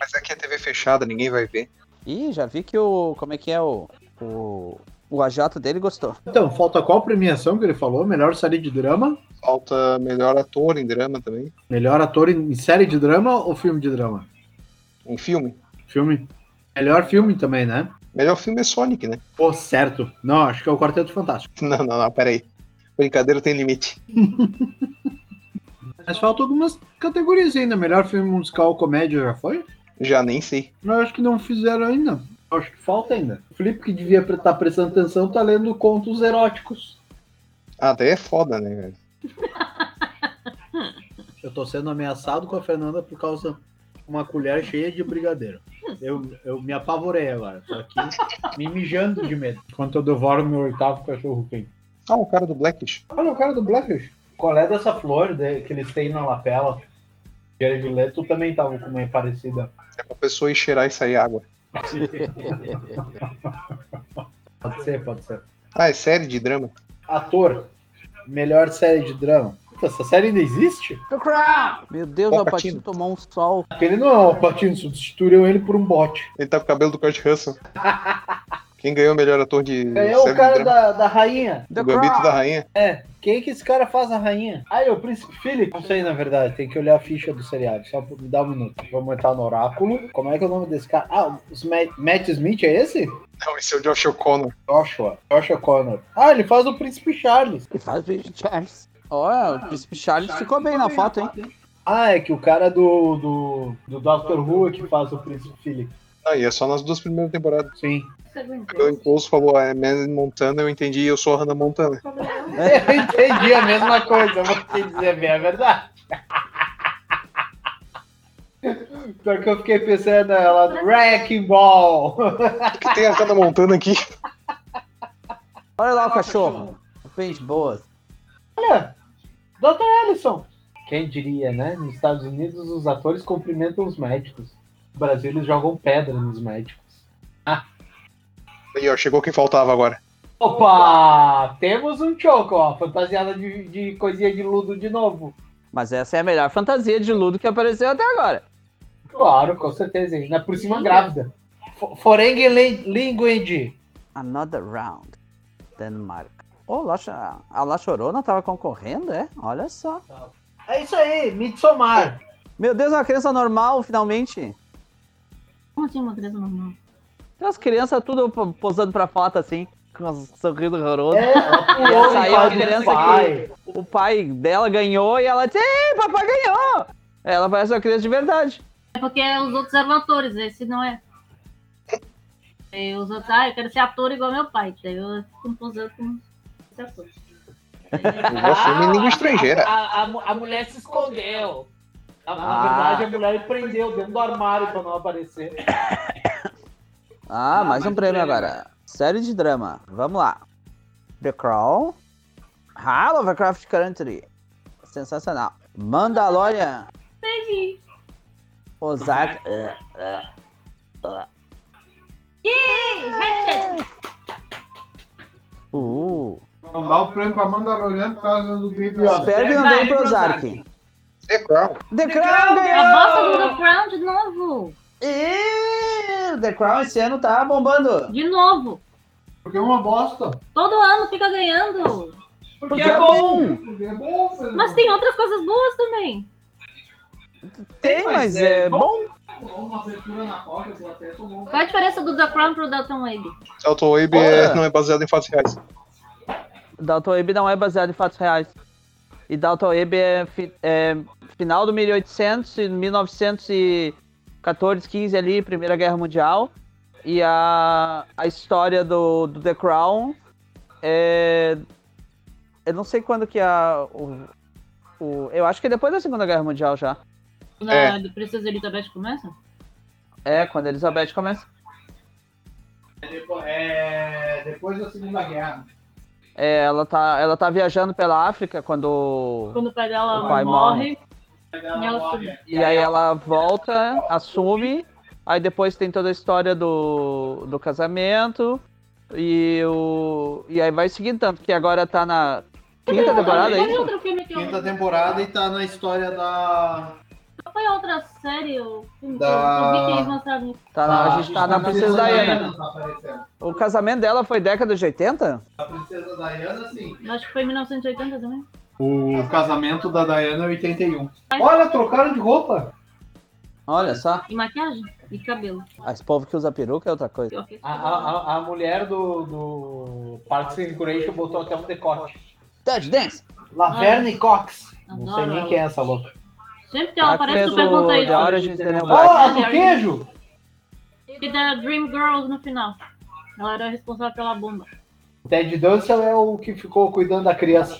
Mas aqui é TV fechada, ninguém vai ver. Ih, já vi que o. Como é que é o. O, o AJ dele gostou. Então, falta qual premiação que ele falou? Melhor série de drama? Falta melhor ator em drama também. Melhor ator em série de drama ou filme de drama? Em filme. Filme. Melhor filme também, né? Melhor filme é Sonic, né? Pô, certo. Não, acho que é o Quarteto Fantástico. Não, não, não, peraí. Brincadeira tem limite. Mas faltam algumas categorias ainda. Melhor filme musical comédia já foi? Já nem sei. Não, acho que não fizeram ainda. Acho que falta ainda. O Felipe, que devia estar prestando atenção, tá lendo contos eróticos. Ah, Até é foda, né, velho? Eu tô sendo ameaçado com a Fernanda por causa de uma colher cheia de brigadeiro. Eu, eu me apavorei agora. Tô aqui me mijando de medo. Enquanto eu devoro meu oitavo cachorro quente. Ah, o cara do Blackish. Olha o cara do Blackish. Qual é dessa flor de- que eles têm na lapela? Jared Leto também tava com uma parecida. É pra pessoa ir cheirar e sair água. Pode ser, pode ser. Ah, é série de drama. Ator. Melhor série de drama. Puta, essa série ainda existe? Meu Deus, o Palpatine. Alpatino tomou um sol. Ele não é o Patino, substituíram ele por um bote. Ele tá com o cabelo do Kurt Russell. Quem ganhou o melhor ator de Ganhou é série É o cara de drama? da, da rainha. O Gambito da Rainha. É, quem que esse cara faz a rainha? Ah, é o príncipe Philip? Não sei, na verdade, tem que olhar a ficha do seriado, só por- me dá um minuto. Vamos entrar no oráculo. Como é que é o nome desse cara? Ah, o Sma- Matt Smith é esse? Não, esse é o Josh O'Connor. Joshua, Joshua Connor. Ah, ele faz o príncipe Charles. Que faz o Charles. Olha, o Príncipe Charles ficou bem na foto, hein? Ah, é que o cara do, do, do Doctor Who é que faz o príncipe Philip. Ah, e é só nas duas primeiras temporadas. Sim. Segundo O Impulso falou, ah, é Manny Montana, eu entendi, eu sou a Hannah Montana. Eu entendi a mesma coisa, vou te dizer bem a verdade. Pior que eu fiquei pensando ela do Wrecking Ball. Por que tem a Hannah Montana aqui? Olha lá o cachorro. Pente boas. Olha, Dr. Ellison. Quem diria, né? Nos Estados Unidos, os atores cumprimentam os médicos. No Brasil, eles jogam pedra nos médicos. Aí, ó, chegou quem faltava agora. Opa! Temos um choco, ó. Fantasiada de, de coisinha de ludo de novo. Mas essa é a melhor fantasia de Ludo que apareceu até agora. Claro, com certeza. Ainda por cima, grávida. Fo- Forengue lin- Linguendi. Another round. Danimarca. Ô, Lacha- a La Chorona tava concorrendo, é? Olha só. É isso aí, Mitsomar. Meu Deus, é uma criança normal, finalmente. Como assim uma criança normal? Tem as crianças tudo po- posando pra foto, assim, com um sorriso horroroso. É, ela pulou Essa aí é no a pau do criança pai. O pai dela ganhou e ela disse, Ei, papai ganhou! Ela parece uma criança de verdade. É porque os outros eram atores, esse não é. E os outros, ah, eu quero ser ator igual meu pai. Daí eu fico posando com esse ator. O meu filme em língua estrangeira. A, a mu- a mulher se escondeu. Na, na Ah. verdade, a mulher prendeu dentro do armário pra não aparecer. Ah, Ah, mais mais um um prêmio prêmio. agora. Série de drama. Vamos lá. The Crawl. Ah, Lovecraft Country. Sensacional. Mandalorian. Entendi. Ozark. eh, Uh. Não dá o prêmio pra Mandalorian por causa do Big Espero que não Vai, ganhe pro Ozark. Ozark. É claro. The Crown A bosta ganhou! do The Crown de novo. Ih, The Crown esse ano tá bombando. De novo. Porque é uma bosta. Todo ano fica ganhando. Porque é bom. Porque é bom, filho. Mas tem outras coisas boas também. Tem, mas é bom. Uma abertura na porta, eu vou até tomar um Qual a diferença do The Crown pro Dalton Wade? Delta Wave é- não é baseado em fatos reais. Dalton Web não é baseado em fatos reais. E Dalton Web é, fi- é final do 1800 e 1914, 15 ali, Primeira Guerra Mundial. E a, a história do, do The Crown é... Eu não sei quando que a... o- o, eu acho que é depois da Segunda Guerra Mundial já. Na É. do Princesa Elizabeth começa? É, quando a Elizabeth começa. depois, é, depois da Segunda Guerra. É, ela, tá, ela tá viajando pela África quando. Quando o pai dela O pai morre, Ela Ela morre. E aí ela volta, assume, aí depois tem toda a história do, do casamento. E, o, e aí vai seguindo, tanto que agora tá na quinta temporada, é Teve isso? outro filme que eu... Quinta temporada e tá na história da. Foi outra série, ou filme Da- que eu vi que eles mostraram Tá na- Ah, a gente tá na Princesa Diana. Tá aparecendo. O casamento dela foi década de 80? A Princesa Diana, sim. Eu Acho que foi em 1980 também. O casamento da Diana é 81. Olha, trocaram de roupa. Olha só. E maquiagem? E cabelo. Ah, esse povo que usa peruca é outra coisa. Pior que esse A, cabelo. Ah, a, a- a mulher do, do Parks and Recreation botou até um decote. Touch dance! Laverne Cox. Não sei Adoro nem ela. quem é essa louca. Sempre Tá tem uma parece que tu ah. fez o pergunta The isso. Origins The New Ó, Black. a do Ah, queijo! E da Dream Girls no final. Ela era responsável pela bomba. O Ted Dunsel é o que ficou cuidando da criança.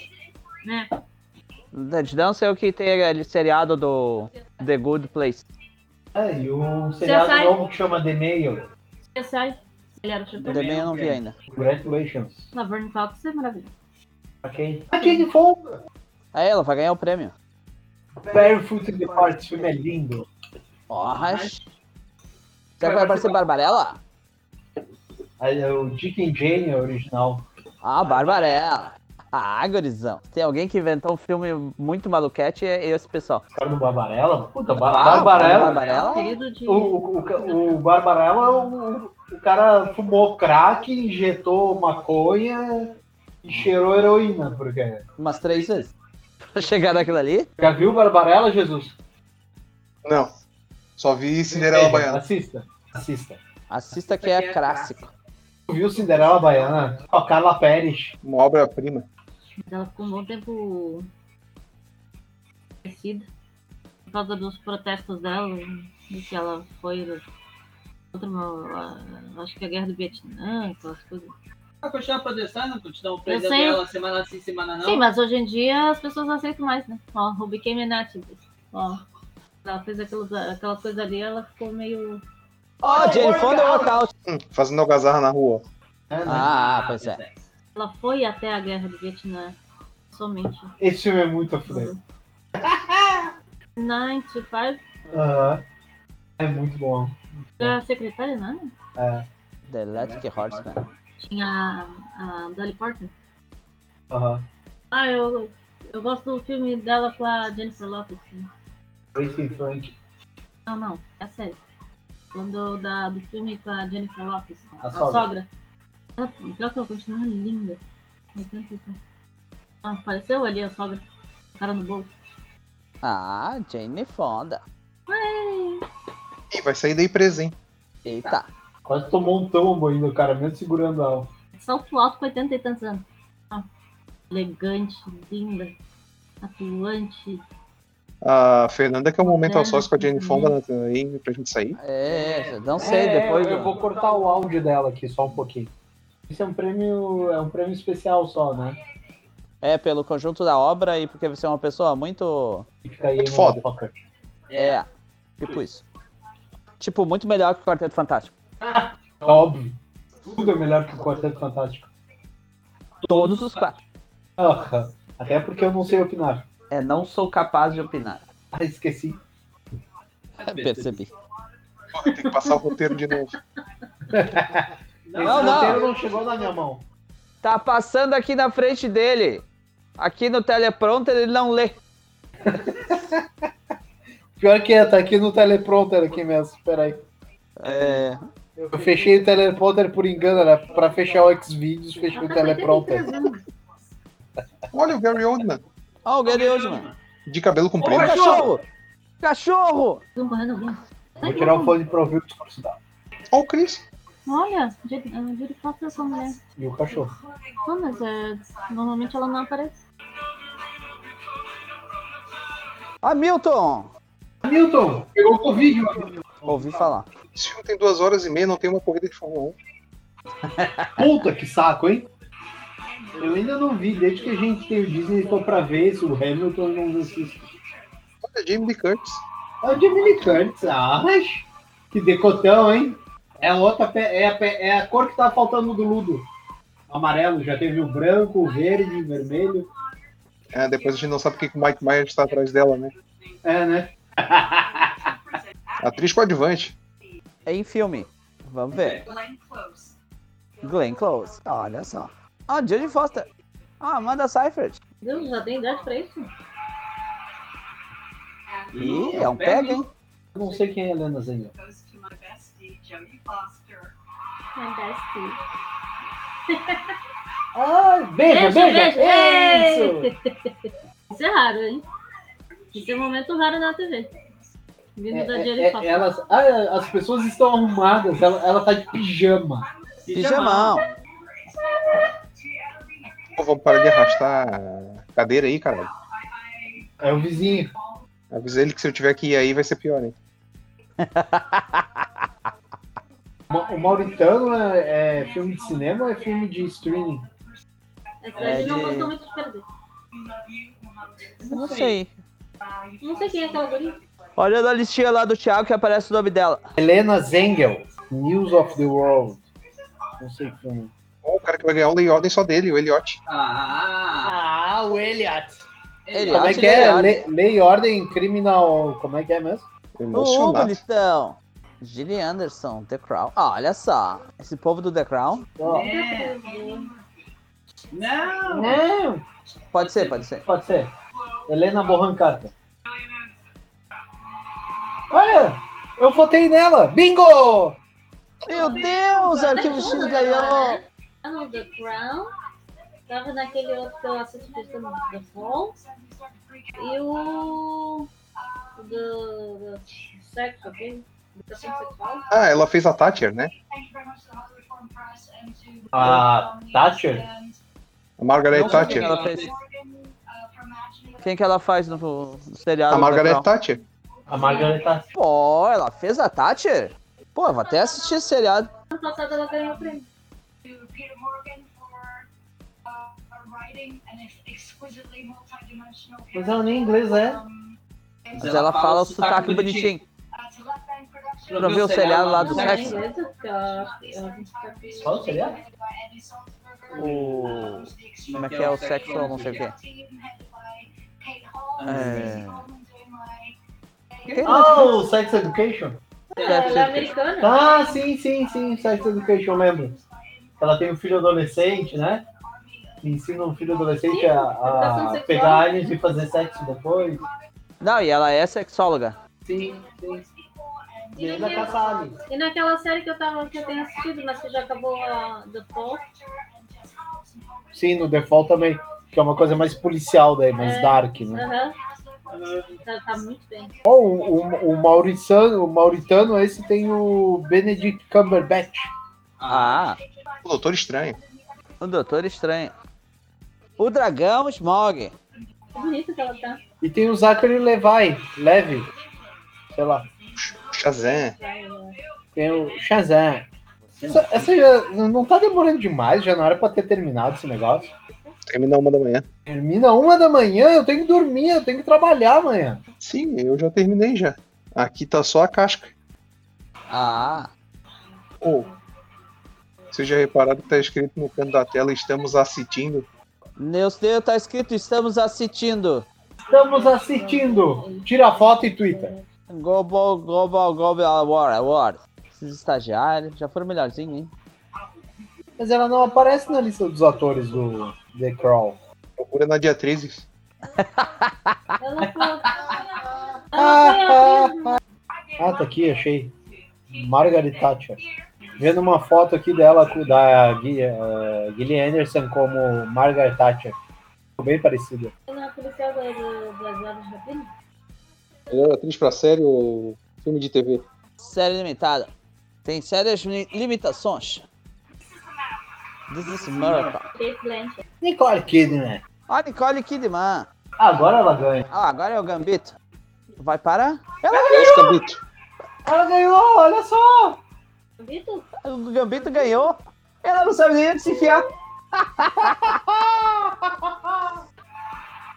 Né? Touch dance é o que tem aquele seriado do The Good Place. É, e um sai. seriado novo que chama The Mail. CSI. Ele era o chapéu. Também eu não vi ainda. Congratulations. Laverne Cox é maravilhoso. Pra quem? A Jane Fonda. Aí ela vai ganhar o prêmio. Barefoot in the Park, esse filme é lindo. Porra. Será que vai aparecer Barbarella? Aí, é O Dick and Jane é original. Ah, Barbarella. Ah, gurizão. Tem alguém que inventou um filme muito maluquete, é esse pessoal. O cara do Barbarella? Puta, Bar Ah, Barbarella. Barbarella? Querido de. O, o, o, o Barbarella, o, o cara fumou crack, injetou maconha e cheirou heroína. Porque... Umas três vezes. Pra chegar naquilo ali. Já viu o Barbarella, Jesus? Não. Só vi Cinderela Veja, Baiana. Assista, assista. Assista que é clássico. Tu viu Cinderela Baiana? Ó, Carla Pérez. Uma obra-prima. Ela ficou um bom tempo esquecida por causa dos protestos dela, e que ela foi contra uma- a- acho que a guerra do Vietnã, aquelas coisas. Vai continuar protestando, continuar prendendo sei. ela semana sim, semana não. Sim, mas hoje em dia as pessoas não aceitam mais, né? Ó, Ruby became an activist. Ó, ela fez aquelas, aquela coisa ali, ela ficou meio. Ó, Jane Fonda é walkout. Hum, fazendo algazarra na rua. ó. né? Ah, ah, pois é. Ela foi até a guerra do Vietnã somente. Esse filme é muito aflito. 95 Aham. É muito bom. era secretária, não né? É. The Electric Horseman. Tinha a, a Dolly Parton. Aham. Ah, eu, eu gosto do filme dela com a Jennifer Lopez. sim. Gracie Frank. Não, não, é sério. Quando da, do filme com a Jennifer Lopez, A a, sogra. sogra. Ela, é pior que ela continua linda. Mas tanto que- Ah, apareceu ali a sogra, o cara no bolso. Ah, Jane Fonda. Ih, vai sair daí preso, hein? Eita. Quase tomou um tombo ainda, o cara, mesmo segurando a alça. Salto alto com 80 e tantos anos. Ah, elegante, linda, atuante. A Fernanda que é um momento É. a sós com a Jane Fonda né, aí pra gente sair. É, não sei, É, depois. Eu vou cortar o áudio dela aqui só um pouquinho. Isso é um prêmio. É um prêmio especial só, né? É, pelo conjunto da obra e porque você é uma pessoa muito. Que Fica aí, Muito foda. motherfucker. É. Tipo isso. Tipo, muito melhor que o Quarteto Fantástico. É óbvio. Tudo é melhor que o Quarteto Fantástico. Todos os quatro. Aham. Até porque eu não sei opinar. É, não sou capaz de opinar. Ah, esqueci. Percebi. Porra, tem que passar o roteiro de novo. Não, Esse não. roteiro não chegou na minha mão. Tá passando aqui na frente dele. Aqui no teleprompter ele não lê. Pior que é, tá aqui no teleprompter aqui mesmo. Peraí. É. Eu fechei o teleprompter por engano, era pra fechar o Xvideos, fechei o Ela tá Um teleprompter. 83 anos. Olha o Gary Oldman. Ó, o Gary hoje, mano. De cabelo Ô, comprido. cachorro! Cachorro! Estão correndo Tá alguém. Tá Vou tirar um o fone pra ouvir o discurso dela. Olha o Chris. Olha, é, Júlio Foster essa mulher. E o cachorro. Não, mas é, normalmente ela não aparece. Ah, Milton! Milton, pegou Covid, mano. Ouvi falar. Esse filme tem duas horas e meia, não tem uma corrida de Fórmula 1. Puta que saco, hein? Eu ainda não vi, desde que a gente tem o Disney, tô pra ver se o Hamilton não assiste. Olha, Jamie Lee Curtis. É o Jimmy Lee Curtis, ah, mas que decotão, hein? É a outra, pe- é a, pe- é a cor que tá faltando do Ludo. Amarelo, já teve o branco, o verde, o vermelho. É, depois a gente não sabe porque que o Mike Myers está atrás dela, né? É, né? Atriz coadjuvante. É em filme. Vamos ver. Glenn Close. Olha só. Ah, Jodie Foster. Ah, Amanda Seyfried. Deus, já tem idade pra isso? Ih, é um pega, hein? Eu não sei quem é a Helena Zengel. Fantástico. Ai, beija, Ah, Beijo, beija! beijo! É isso! Isso é raro, hein? Isso é um momento raro na TV. Vindo da É, é, Jericoacoara. é, elas, ah, as pessoas estão arrumadas, ela, ela tá de pijama. é Pijamão. Pô, vamos parar de arrastar a cadeira aí, cara. É o vizinho. Avisa ele que se eu tiver que ir aí vai ser pior, hein? Ma- O Mauritano é, é filme de cinema ou é filme de streaming? É que a gente não de- gosta muito de perder. Não sei. Não sei quem é aquela guria. Olha na listinha lá do Thiago que aparece o nome dela. Helena Zengel, News of the World. Não sei o filme. Ó, o cara que vai ganhar uma ordem só dele, o Eliott. Ah, então, Ah, o Eliot. Ele Como é acha que é? ele Lei, lei e ordem criminal. Como é que é mesmo? Ô, Emocionado. bonitão. Gillian Anderson, The Crown. Ah, olha só. Esse povo do The Crown. Ó, É. Não! Não, Pode ser, pode ser. pode ser. Helena Bohan Carter. Olha, eu votei nela. Bingo! Meu Deus, Arquivo X ganhou. Ah, não, The Crown. Tava naquele outro que eu assisti também, The Fall. E o. Do. do sexo, ok? Educação sexual. Ah, ela fez a Thatcher, é. né? Ah, Thatcher? A Margaret Não sei Thatcher. quem ela fez. Quem que ela faz no, no seriado? A do Margaret Crown? Thatcher. A Margaret tá assim, Thatcher. Pô, ela fez a Thatcher? Pô, eu vou até assistir esse seriado. Ano passado ela ganhou o prêmio. Mas ela nem inglesa é. Mas ela, fala o sotaque bonitinho. Pra ver o seriado lá do Não, ela é sexo. inglesa, porque ela- ela tem sotaque- Qual seria? O... Uh, Como é que é o sexo ou não sei o quê? É... Quem Ah, o Sex Education? Ela é ser. americana. Ah, sim, sim, sim, Sex Education, lembro. Ela tem um filho adolescente, né? Que ensina um filho adolescente a, educação a sexual. pegar aliens e fazer sexo depois. Não, e ela é sexóloga. Sim, sim. E Desde a naquele- caça aliens. E naquela série que eu, tava, que eu tenho assistido, mas que já acabou a The Fall. Sim, no default também. Que é uma coisa mais policial daí, mais É. dark, né? Aham. Tá, tá muito bem. Ó, o, o, o Mauriciano, o Mauritano, esse tem o Benedict Cumberbatch. Ah, O Doutor Estranho. o Doutor Estranho. O Dragão Smog. Que bonita que ela tá. E tem o Zachary Levi, Levy. Sei lá. Shazam. Tem o Shazam. Essa, essa já não tá demorando demais, já não era pra ter terminado esse negócio. Termina uma da manhã. Termina uma da manhã, eu tenho que dormir, eu tenho que trabalhar amanhã. Sim, eu já terminei já. Aqui tá só a casca. Ah, Ou. Vocês já repararam que tá escrito no canto da tela, estamos assistindo. Deus Deus, tá escrito, estamos assistindo. Estamos assistindo. Tira a foto e Twitter. Global, Global, Global Award, Award. Esses estagiários já foram melhorzinho, hein? Mas ela não aparece na lista dos atores do The Crawl. Procura na diatrizes. Ela foi. Ah, Ela foi ah, ah. Ah, tá aqui, achei. Margaret Thatcher. Vendo uma foto aqui dela com- da Gui- eh, Gillian Anderson como Margaret Thatcher. Bem parecida. né, a policial do- do- das Aves da Pina. Melhor atriz pra série ou filme de TV? Série limitada. Tem sérias li- limitações. This is Miracle. Kate Blanchett. Nicole Kidman. Ah, Nicole Kidman. Agora ela ganha. Ah, agora é o Gambito. Vai parar? Ela é Jessica Bitt. Ela ganhou, olha só! Vitor? O Gambito ganhou. Ela não sabe nem onde se enfiar.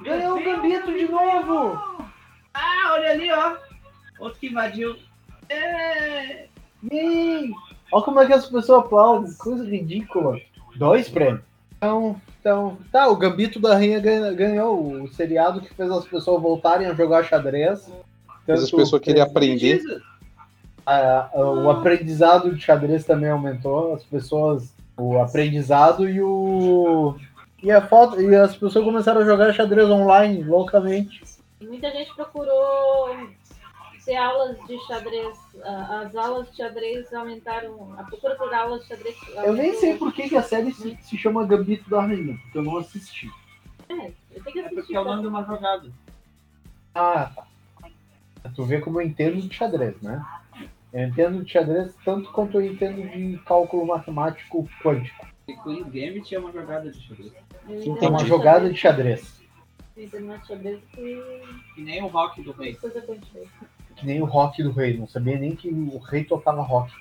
Ganhou o Gambito de novo! Ah, um olha ali, ó. Outro que invadiu. É. Yay! Olha como é que as pessoas aplaudem, coisa ridícula. Dois prêmios. Então, então, tá, o Gambito da Rainha ganha- ganhou o seriado que fez as pessoas voltarem a jogar xadrez. Mas as Tanto é. pessoas queriam aprender. Jesus. a- a- o aprendizado de xadrez também aumentou, as pessoas, o aprendizado e o e a falta e as pessoas começaram a jogar xadrez online loucamente. Muita gente procurou ter aulas de xadrez. ah, As aulas de xadrez aumentaram. A procura por aulas de xadrez. Eu nem sei por que, que a série se, se chama Gambito da Rainha, porque eu não assisti. Eu tenho que É assistir. porque é o nome de uma jogada. Ah, tá. Tu vê como eu entendo de xadrez, né? Eu entendo de xadrez tanto quanto eu entendo de cálculo matemático quântico. E Queen Gambit é uma jogada de xadrez. É uma jogada de xadrez. xadrez que Que nem o Rock do Rei. coisa quantidade. Que nem o rock do rei. Não sabia nem que o rei tocava rock.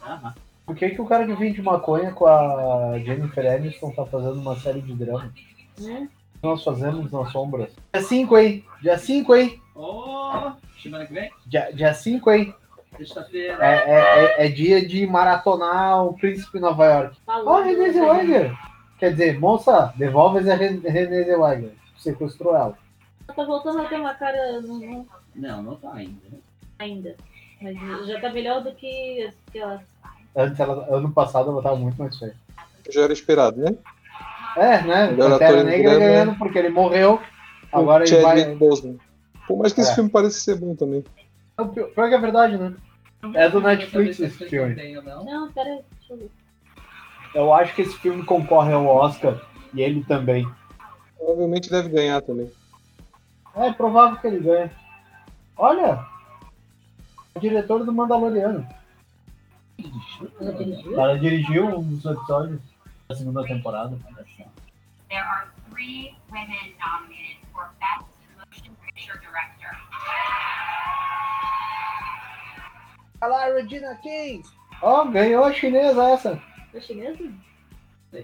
Aham. Por que, que o cara que vende maconha com a Jennifer Aniston tá fazendo uma série de drama? Né? Nós fazemos nas sombras. Dia 5, hein? Dia 5, hein? Ô, semana que vem? Dia- Dia 5, hein? Sexta-feira. É, é- é- é dia de maratonar o Príncipe em Nova York. Ó, Falou. oh, né? Renée Zellweger! Quer dizer, moça, devolve a Ren- Renée Zellweger. Sequestrou ela. Ela Tá voltando a ter uma cara não, não, Não, não tá ainda. ainda. Mas já tá melhor do que as- aquelas. Antes, ela, ano passado, ela tava muito mais feia. Já era esperado, né? É, né? Agora Pantera tô Negra lembrando- ganhando porque ele morreu. O Agora ele vai... Chadwick Boseman. Por mais que esse É. filme pareça ser bom também. É o Pior pior que é verdade, né? É do Netflix Talvez esse filme. não tenha, não. Não, pera aí, deixa eu ver. Eu acho que esse filme concorre ao Oscar e ele também. Provavelmente deve ganhar também. É provável que ele ganhe. Olha! O diretor do Mandaloriano. Ela dirigiu? Ela dirigiu um dos episódios da segunda temporada. There are three women nominated for Best Motion Picture Director. Olha lá, Regina King! Ó, ganhou a chinesa essa. É chinesa? O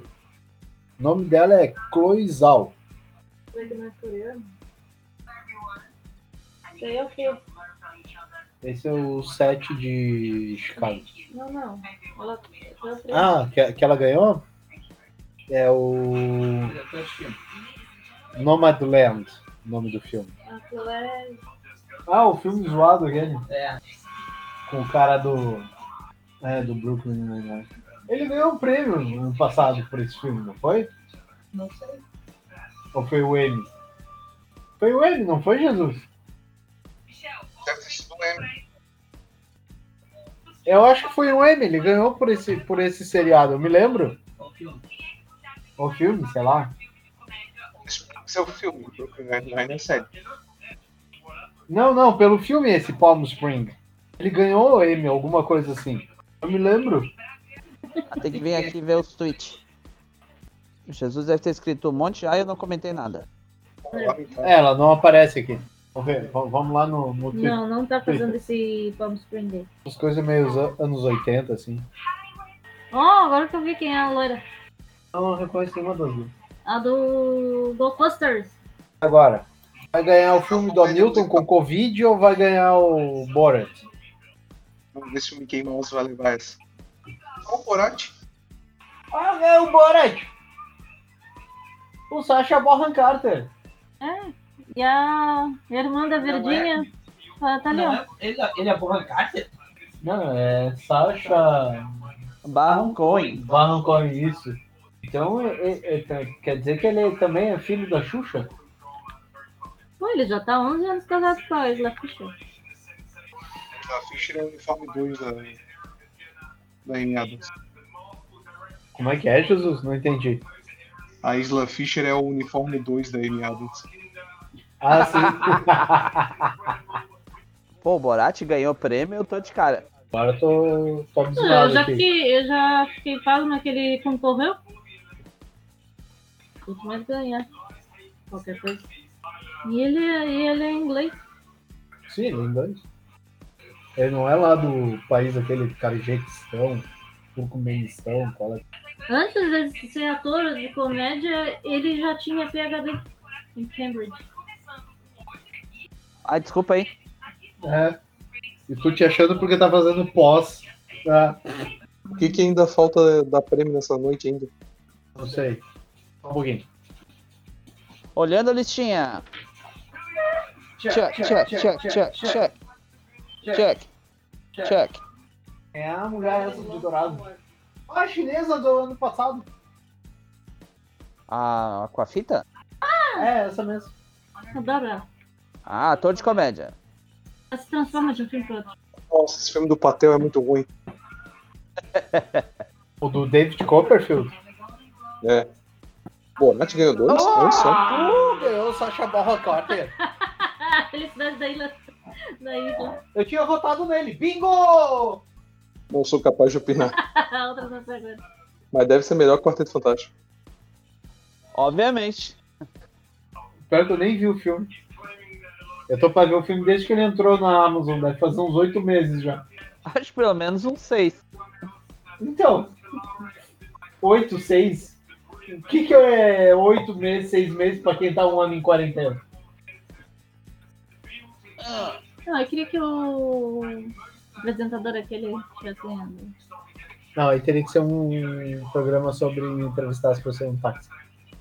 nome dela é Chloe Zhao. Será que não é coreana? Isso aí é o quê? Esse é o set de Chicago. Não, não. Ela ela é coreana. Ah, que, que ela ganhou? É o Diretor de filme. Nomadland, o nome do filme. Ela é. Ah, o filme zoado aquele. É. com o cara do. É, do Brooklyn Nine-Nine. Ele ganhou um prêmio no ano passado por esse filme, não foi? Não sei. Ou foi o M? Foi o M, não foi Jesus? Deve ter sido um M. Eu acho que foi o M, ele ganhou por esse, por esse seriado, eu me lembro. Qual filme? Ou filme, sei lá. Esse é o filme. Brooklyn Nine-Nine é sério. Não, não, pelo filme esse, Palm Spring. Ele ganhou o M, alguma coisa assim. Eu me lembro. Ah, Tem que vir aqui ver os tweets. Jesus deve ter escrito um monte já e eu não comentei nada. Vamos lá, então. É, ela não aparece aqui. Vamos ver, v- vamos lá no, no Twitter. Não, não tá fazendo esse Palm Spring Day. As coisas meio os an- anos 80, assim. Oh, agora que eu vi quem é a loira. Então, Eu não reconheço nenhuma das duas. A do Ghostbusters. Agora, vai ganhar o filme do Hamilton com Covid ou vai ganhar o Borat? Vamos ver se o Mickey Mouse vai levar essa. Qual o Borat? Ah, é o Borat! O Sacha Borran Carter. É, E a irmã da Verdinha. Ela tá ali, é? Não, ó. é- ele, ele é Borra Carter? Não, é Sacha Barra Coin. Borran Carter, isso. Então, é- é- é, tá- quer dizer que ele também é filho da Xuxa? Pô, ele já tá 11 anos casado com a Isla Fisher. A Fischer é o uniforme 2 da, da Amy Adams. Como é que é, Jesus? Não entendi. A Isla Fisher é o uniforme 2 da Amy Adams. Ah, sim. Pô, o Borat ganhou prêmio, eu tô de cara. Agora eu tô, tô É, Eu abismado já, aqui. fiquei, eu já fiquei pago naquele que concorreu. Quanto mais ganhar. Qualquer coisa. E ele, é- e ele é inglês. Sim, ele é inglês. Ele não é lá do país aquele Carijetistão, Turcomenistão, qual é Antes de ser ator de comédia, ele já tinha PHD em Cambridge. Ai, desculpa aí. É. E tu te achando porque tá fazendo pós. Tá? O que, que ainda falta dar prêmio nessa noite ainda? Não sei. Só um pouquinho. Olhando a listinha. Check, check, check, check, check, check, check. É a mulher essa de dourado. Ah, a chinesa do ano passado. Ah, com a fita? É, essa mesmo. Adoro ela. Ah, ator de comédia. Ela se transforma de um filme pro outro. Nossa, esse filme do Patel é muito ruim. O do David Copperfield. É. Borat ganhou dois? Olha só. Ah, ganhou o Sacha Barra Carter. Ah, felicidade da Ilha. na ilha. Eu tinha votado nele. Bingo! Não sou capaz de opinar. A outra tá não sei agora. Mas deve ser melhor que o Quarteto Fantástico. Obviamente. Pior que eu nem vi o filme. Eu tô pra ver o filme desde que ele entrou na Amazon, deve fazer uns oito meses já. Acho pelo menos um 6. Então, oito, seis. O que que é oito meses, seis meses pra quem tá um ano em quarentena? Não, eu queria que o apresentador aquele tivesse ganhado. Não, aí teria que ser um programa sobre entrevistar as pessoas no táxi.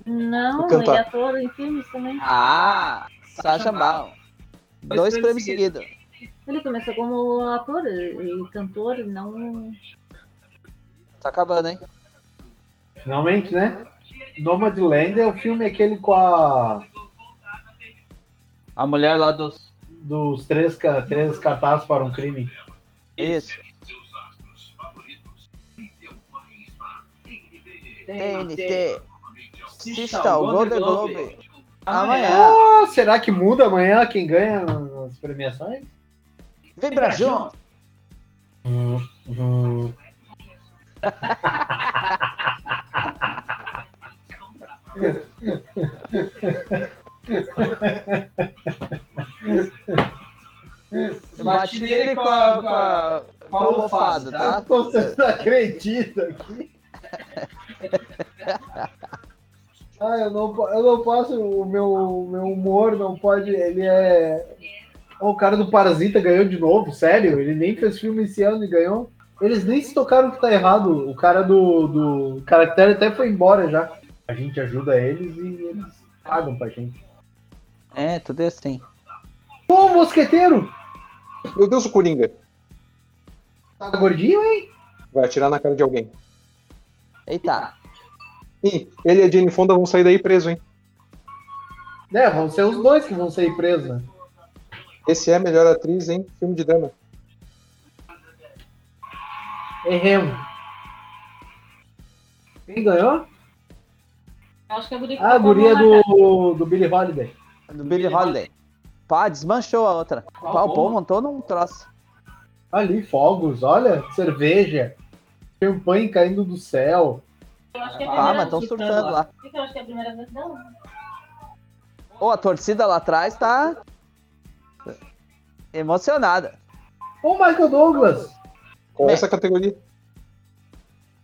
Não, Vou ele é cantar. ator em filmes também. Ah, Sacha Baron. Dois prêmios seguidos. Ele começou como ator e cantor, e não. Tá acabando, hein? Finalmente, né? Nomadland é o filme aquele com a... A mulher lá dos. dos três, ca- três cartazes para um crime. Isso. TNT. Assista ao Golden Globe. Amanhã. Ah, será que muda amanhã quem ganha as premiações? Vem pra junto. Hum. Bate nele com a, com a, com a almofada, tá? Vocês não acreditam aqui? Ah, eu não, po- eu não posso, o meu, o meu humor não pode, ele é... Oh, o cara do Parasita ganhou de novo, sério? Ele nem fez filme esse ano e ganhou? Eles nem se tocaram que tá errado, o cara do, do o caractere até foi embora já. A gente ajuda eles e eles pagam pra gente. É, tudo assim. Pô, o mosqueteiro! Meu Deus, o Coringa Tá gordinho, hein? vai atirar na cara de alguém. Eita. Ih, ele e a Jane Fonda vão sair daí preso, hein? Né, vão ser os dois que vão ser presos, né? Esse é a melhor atriz, hein? Filme de drama. Erremos. É Quem ganhou? Eu acho que a guria que Ah, a ficou guria na cara. do, do Billy Holiday. Do Billy Holiday. Pá, desmanchou a outra. Pá, o pão montou num troço. Ali, fogos, olha, cerveja, champanhe caindo do céu. Eu acho que é a Pá, Tá, primeira Ah, mas estão vez. surtando lá. Por que eu acho que é a primeira vez dela? Ô, a torcida lá atrás tá. emocionada. Ô, Michael Douglas! Qual é Bem. essa categoria?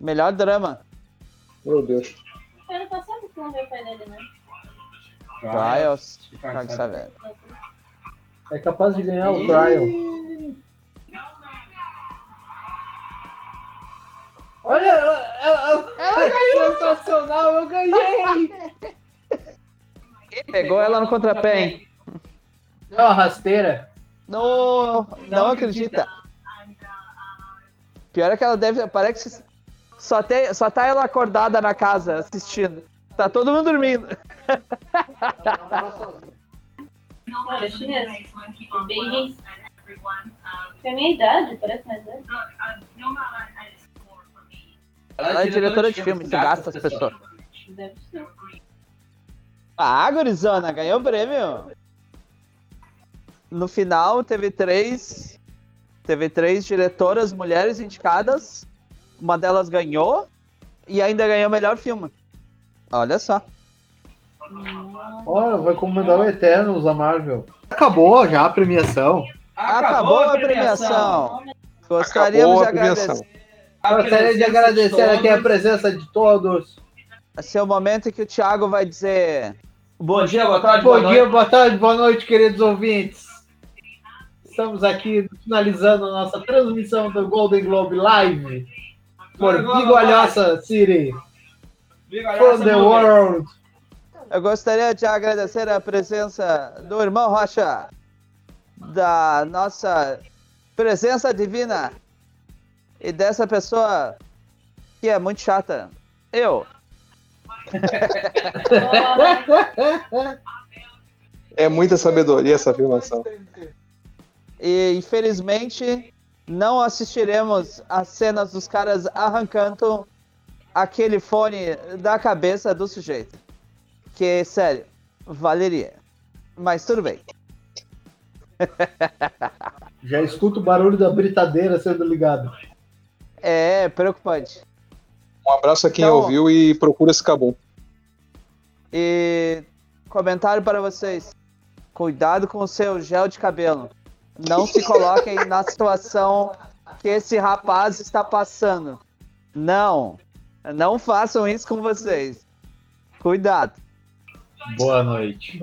Melhor drama. Meu Deus. Foi ano passado que não veio o pai dele, né? Trials. Trials. Trials, sabe? É capaz de ganhar o trial. Olha, ela, ganhou! Sensacional, eu ganhei! Quem pegou ela no contrapé, hein? Deu É uma rasteira. Não, não acredita. Pior é que ela deve. Parece que só, tem, só tá ela acordada na casa assistindo. Tá todo mundo dormindo. Olha, chinesa. Bem, um, tem a minha idade, parece mais velha. Ela é diretora de filme, que gasta as pessoas. Deve ser. Ah, Gorizona, ganhou o prêmio. No final, teve três. Teve três diretoras mulheres indicadas. Uma delas ganhou. E ainda ganhou o melhor filme. Olha só. Olha, vai comandar o Eternos da Marvel. Acabou já a premiação. Acabou, a premiação. Gostaríamos Acabou de a premiação. agradecer. Gostaria de agradecer aqui a presença de todos. Esse é o momento em que o Thiago vai dizer. Bom dia, boa tarde, Bom dia, boa tarde, boa noite, queridos ouvintes. Estamos aqui finalizando a nossa transmissão do Golden Globe Live por Bigolhosa City, from the world. Eu gostaria de agradecer a presença do irmão Rocha, da nossa presença divina e dessa pessoa que é muito chata. Eu. É muita sabedoria essa afirmação. E infelizmente não assistiremos as cenas dos caras arrancando aquele fone da cabeça do sujeito. Que, sério, valeria. Mas tudo bem. Já escuto o barulho da britadeira sendo ligado. É, preocupante. Um abraço a quem Então- ouviu e procura se cabum. E comentário para vocês. Cuidado com o seu gel de cabelo. Não se coloquem na situação que esse rapaz está passando. Não. Não façam isso com vocês. Cuidado. Boa noite.